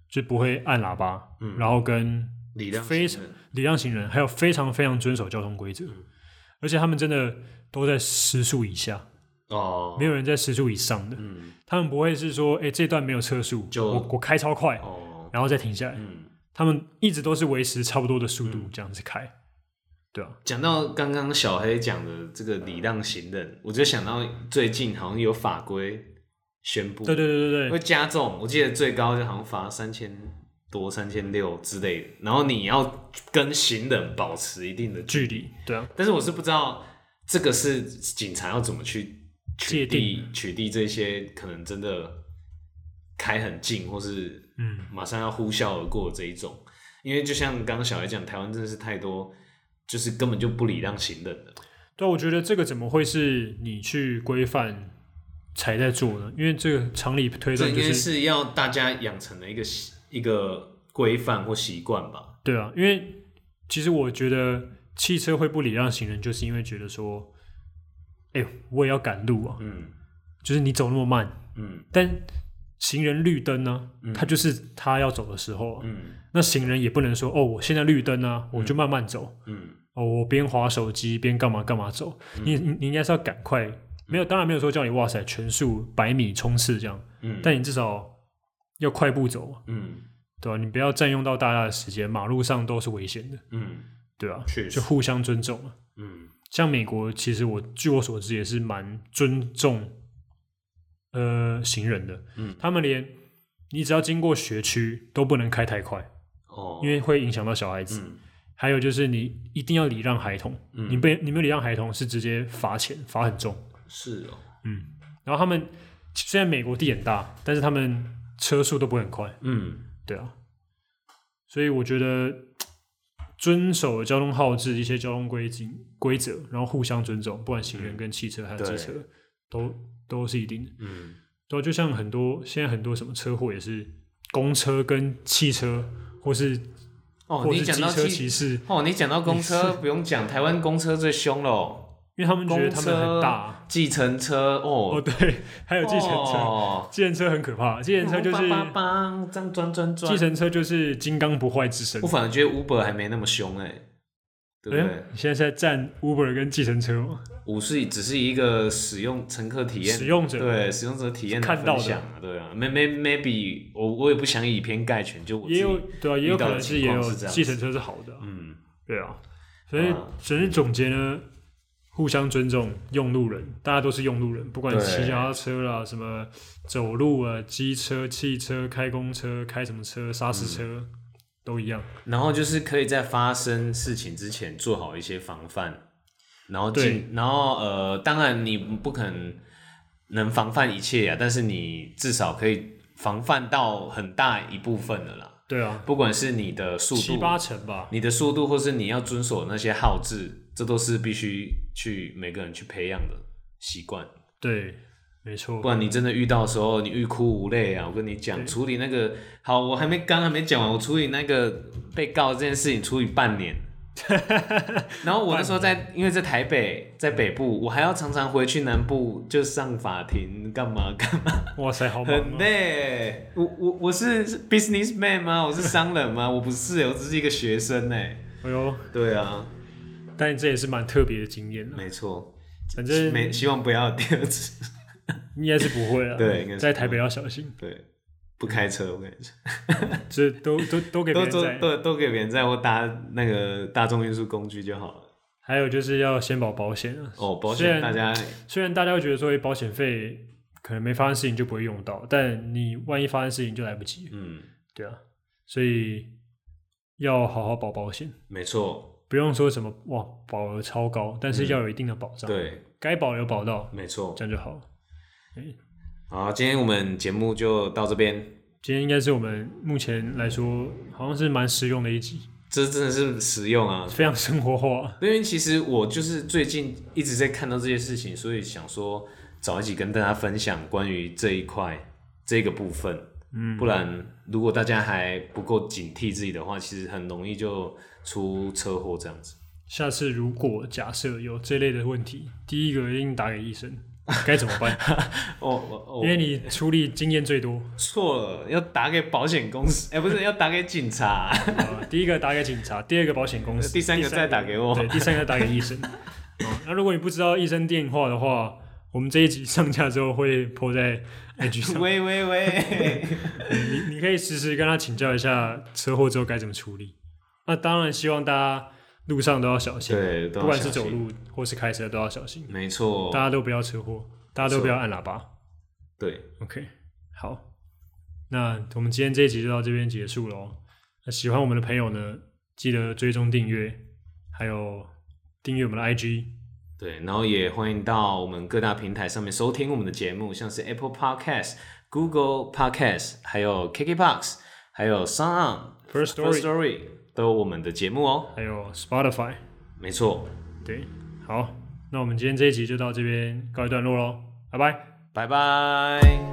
A: 就不会按喇叭，然后跟
B: 礼让
A: 非
B: 行人
A: 礼让行人，还有非常非常遵守交通规则，而且他们真的都在时速以下。
B: 哦，
A: 没有人在时速以上的，
B: 嗯
A: 他们不会是说，哎、这段没有车速，
B: 就
A: 我我开超快，
B: 哦
A: 然后再停下来。
B: 嗯。
A: 他们一直都是维持差不多的速度这样子开，对啊，
B: 讲到刚刚小黑讲的这个礼让行人，我就想到最近好像有法规宣布，
A: 对对对对
B: 会
A: 对，
B: 加重。我记得最高就好像罚三千多、三千六之类的。然后你要跟行人保持一定的距
A: 距
B: 离，
A: 离，对啊，
B: 但是我是不知道这个是警察要怎么去取
A: 界
B: 缔取缔这些可能真的开很近或是
A: 嗯
B: 马上要呼啸而过这一种。因为就像刚刚小黑讲，台湾真的是太多，就是根本就不礼让行人的。
A: 对啊、我觉得这个怎么会是你去规范才在做呢？因为这个常理推
B: 这
A: 断
B: 应
A: 就
B: 该
A: 是，
B: 是要大家养成的一个习一个规范或习惯吧。
A: 对啊，因为其实我觉得汽车会不礼让行人，就是因为觉得说，哎、我也要赶路啊，
B: 嗯
A: 就是你走那么慢，
B: 嗯
A: 但行人绿灯呢、他就是他要走的时候、啊，
B: 嗯
A: 那行人也不能说哦，我现在绿灯啊，我就慢慢走，
B: 嗯
A: 哦，我边划手机边干嘛干嘛走。你你你应该是要赶快，
B: 嗯
A: 没有，当然没有说叫你哇塞全速百米冲刺这样，
B: 嗯
A: 但你至少要快步走啊，
B: 嗯
A: 对吧、你不要占用到大家的时间，马路上都是危险的，
B: 嗯
A: 对吧、
B: 确实
A: 就互相尊重啊。
B: 嗯
A: 像美国，其实我据我所知也是蛮尊重呃行人的，
B: 嗯
A: 他们连你只要经过学区都不能开太快，
B: 哦，
A: 因为会影响到小孩子。
B: 嗯
A: 还有就是你一定要礼让孩童，
B: 嗯
A: 你被你没有礼让孩童是直接罚钱，罚很重。
B: 是哦，
A: 嗯然后他们虽然美国地很大，但是他们车速都不会很快，
B: 嗯，
A: 对啊。所以我觉得遵守交通号志、一些交通规定规则，然后互相尊重，不管行人跟汽车还有
B: 对
A: 机车，都都是一定的。
B: 嗯，
A: 对啊、就像很多现在很多什么车祸也是公车跟汽车，或是、
B: 哦，
A: 或
B: 你
A: 是
B: 讲
A: 机
B: 到
A: 车
B: 机，
A: 骑士，
B: 哦，你讲到公车
A: 你
B: 不用讲，台湾公车最凶喽，
A: 因为他们觉得他们
B: 公车
A: 很大。
B: 计程车
A: 哦，
B: 哦，
A: 对，还有计程车，
B: 哦
A: 计程车很可怕，计程车就是
B: 叭叭叭这样转转转
A: 计。程车就是金刚不坏之身
B: 我。反而觉得 Uber 还没那么凶哎、对不
A: 哎
B: 对？
A: 你现在是在站 Uber 跟计程车吗？
B: 我是只是一个使用乘客体验
A: 使用者
B: 对使用者体验的
A: 看到
B: 分
A: 的
B: 享啊，对啊，may may maybe 我我也不想以偏概全，就我自
A: 也
B: 己
A: 有对啊，也有
B: 遇到
A: 可
B: 的
A: 能是
B: 情
A: 也
B: 况
A: 有
B: 是这样
A: 计程车是好的啊、
B: 嗯
A: 对啊。所以
B: 啊，
A: 只是总结呢，互相尊重，用路人，大家都是用路人，不管
B: 对
A: 骑脚踏车啦、什么走路啊、机车、汽车、开公车、开什么车、砂石车、
B: 嗯
A: 都一样。
B: 然后就是可以在发生事情之前做好一些防范，然后
A: 对
B: 进，然后呃，当然你不可能能防范一切啊，但是你至少可以防范到很大一部分的啦，
A: 对啊，
B: 不管是你的速
A: 七
B: 度，
A: 八成吧。
B: 你的速度，或是你要遵守那些号志，这都是必须去每个人去培养的习惯。
A: 对，没错
B: 不。然你真的遇到的时候，你欲哭无泪啊！我跟你讲，处理那个好，我还没刚还没讲完，我处理那个被告这件事情处理半年。然后我那时候在，因为在台北，在北部，我还要常常回去南部，就上法庭干嘛干嘛，
A: 哇塞，好忙
B: 很
A: 啊！
B: 累。我我我是 businessman 吗？我是商人吗？我不是，我只是一个学生呢。
A: 哎呦，
B: 对啊，
A: 但这也是蛮特别的经验啊
B: 没错，
A: 反正
B: 没希望不要有第二次。
A: 应该是不会了。
B: 对应该是
A: 在台北要小心，
B: 对，不开车，我跟你讲，
A: 这都都都给别
B: 都
A: 人
B: 都
A: 在。
B: 都都给别人载或搭那个大众运输工具就好了。
A: 还有就是要先保保险啊。
B: 哦，保
A: 虽
B: 险
A: 然
B: 大家
A: 虽然大家会觉得说，诶保险费可能没发生事情就不会用到，但你万一发生事情就来不及了，
B: 嗯，
A: 对啊，所以要好好保保险，
B: 没错，
A: 不用说什么哇保额超高，但是要有一定的保障，，
B: 对，
A: 该保有保到，
B: 没错
A: 这。样就好了。
B: 好，今天我们节目就到这边，
A: 今天应该是我们目前来说好像是蛮实用的一集，
B: 这真的是实用啊。
A: 非常生活化。
B: 因为其实我就是最近一直在看到这些事情，所以想说找一集跟大家分享关于这一块这个部分。嗯，不然如果大家还不够警惕自己的话，其实很容易就出车祸这样子。
A: 下次如果假设有这类的问题，第一个一定打给医生，该怎么 办？
B: 哦哦哦，
A: 因为你处理经验最多。
B: 错了，要打给保险公 司，哎、不是要打给警察、
A: 呃，第一个打给警察，第二个保险公司，
B: 第三个再打给我
A: 对，第三个打给医 生。哦那如果你不知道医生电话的话，我们这一集上架之后会 po 在 IG 上，
B: 喂喂喂，
A: 你你可以实时跟他请教一下车祸之后该怎么处理。那当然，希望大家路上都要小心，
B: 对，都
A: 不
B: 要
A: 管是
B: 小
A: 走
B: 心，哦
A: 路或是开车都要小心，
B: 没错
A: 大，家都不要车祸，大家都不要按喇叭。
B: 对，
A: OK，好，那我们今天这一集就到这边结束喽。那喜欢我们的朋友呢，记得追踪订阅，还有订阅我们的 IG。
B: 对，然后也欢迎到我们各大平台上面收听我们的节目，像是 Apple Podcast、Google Podcast，还有 KKBox，还有 s o n
A: First
B: First
A: Story，
B: Story 都有我们的节目哦。
A: 还有 Spotify。
B: 没错，
A: 对，好，那我们今天这一集就到这边告一段落喽，拜拜。
B: 拜拜。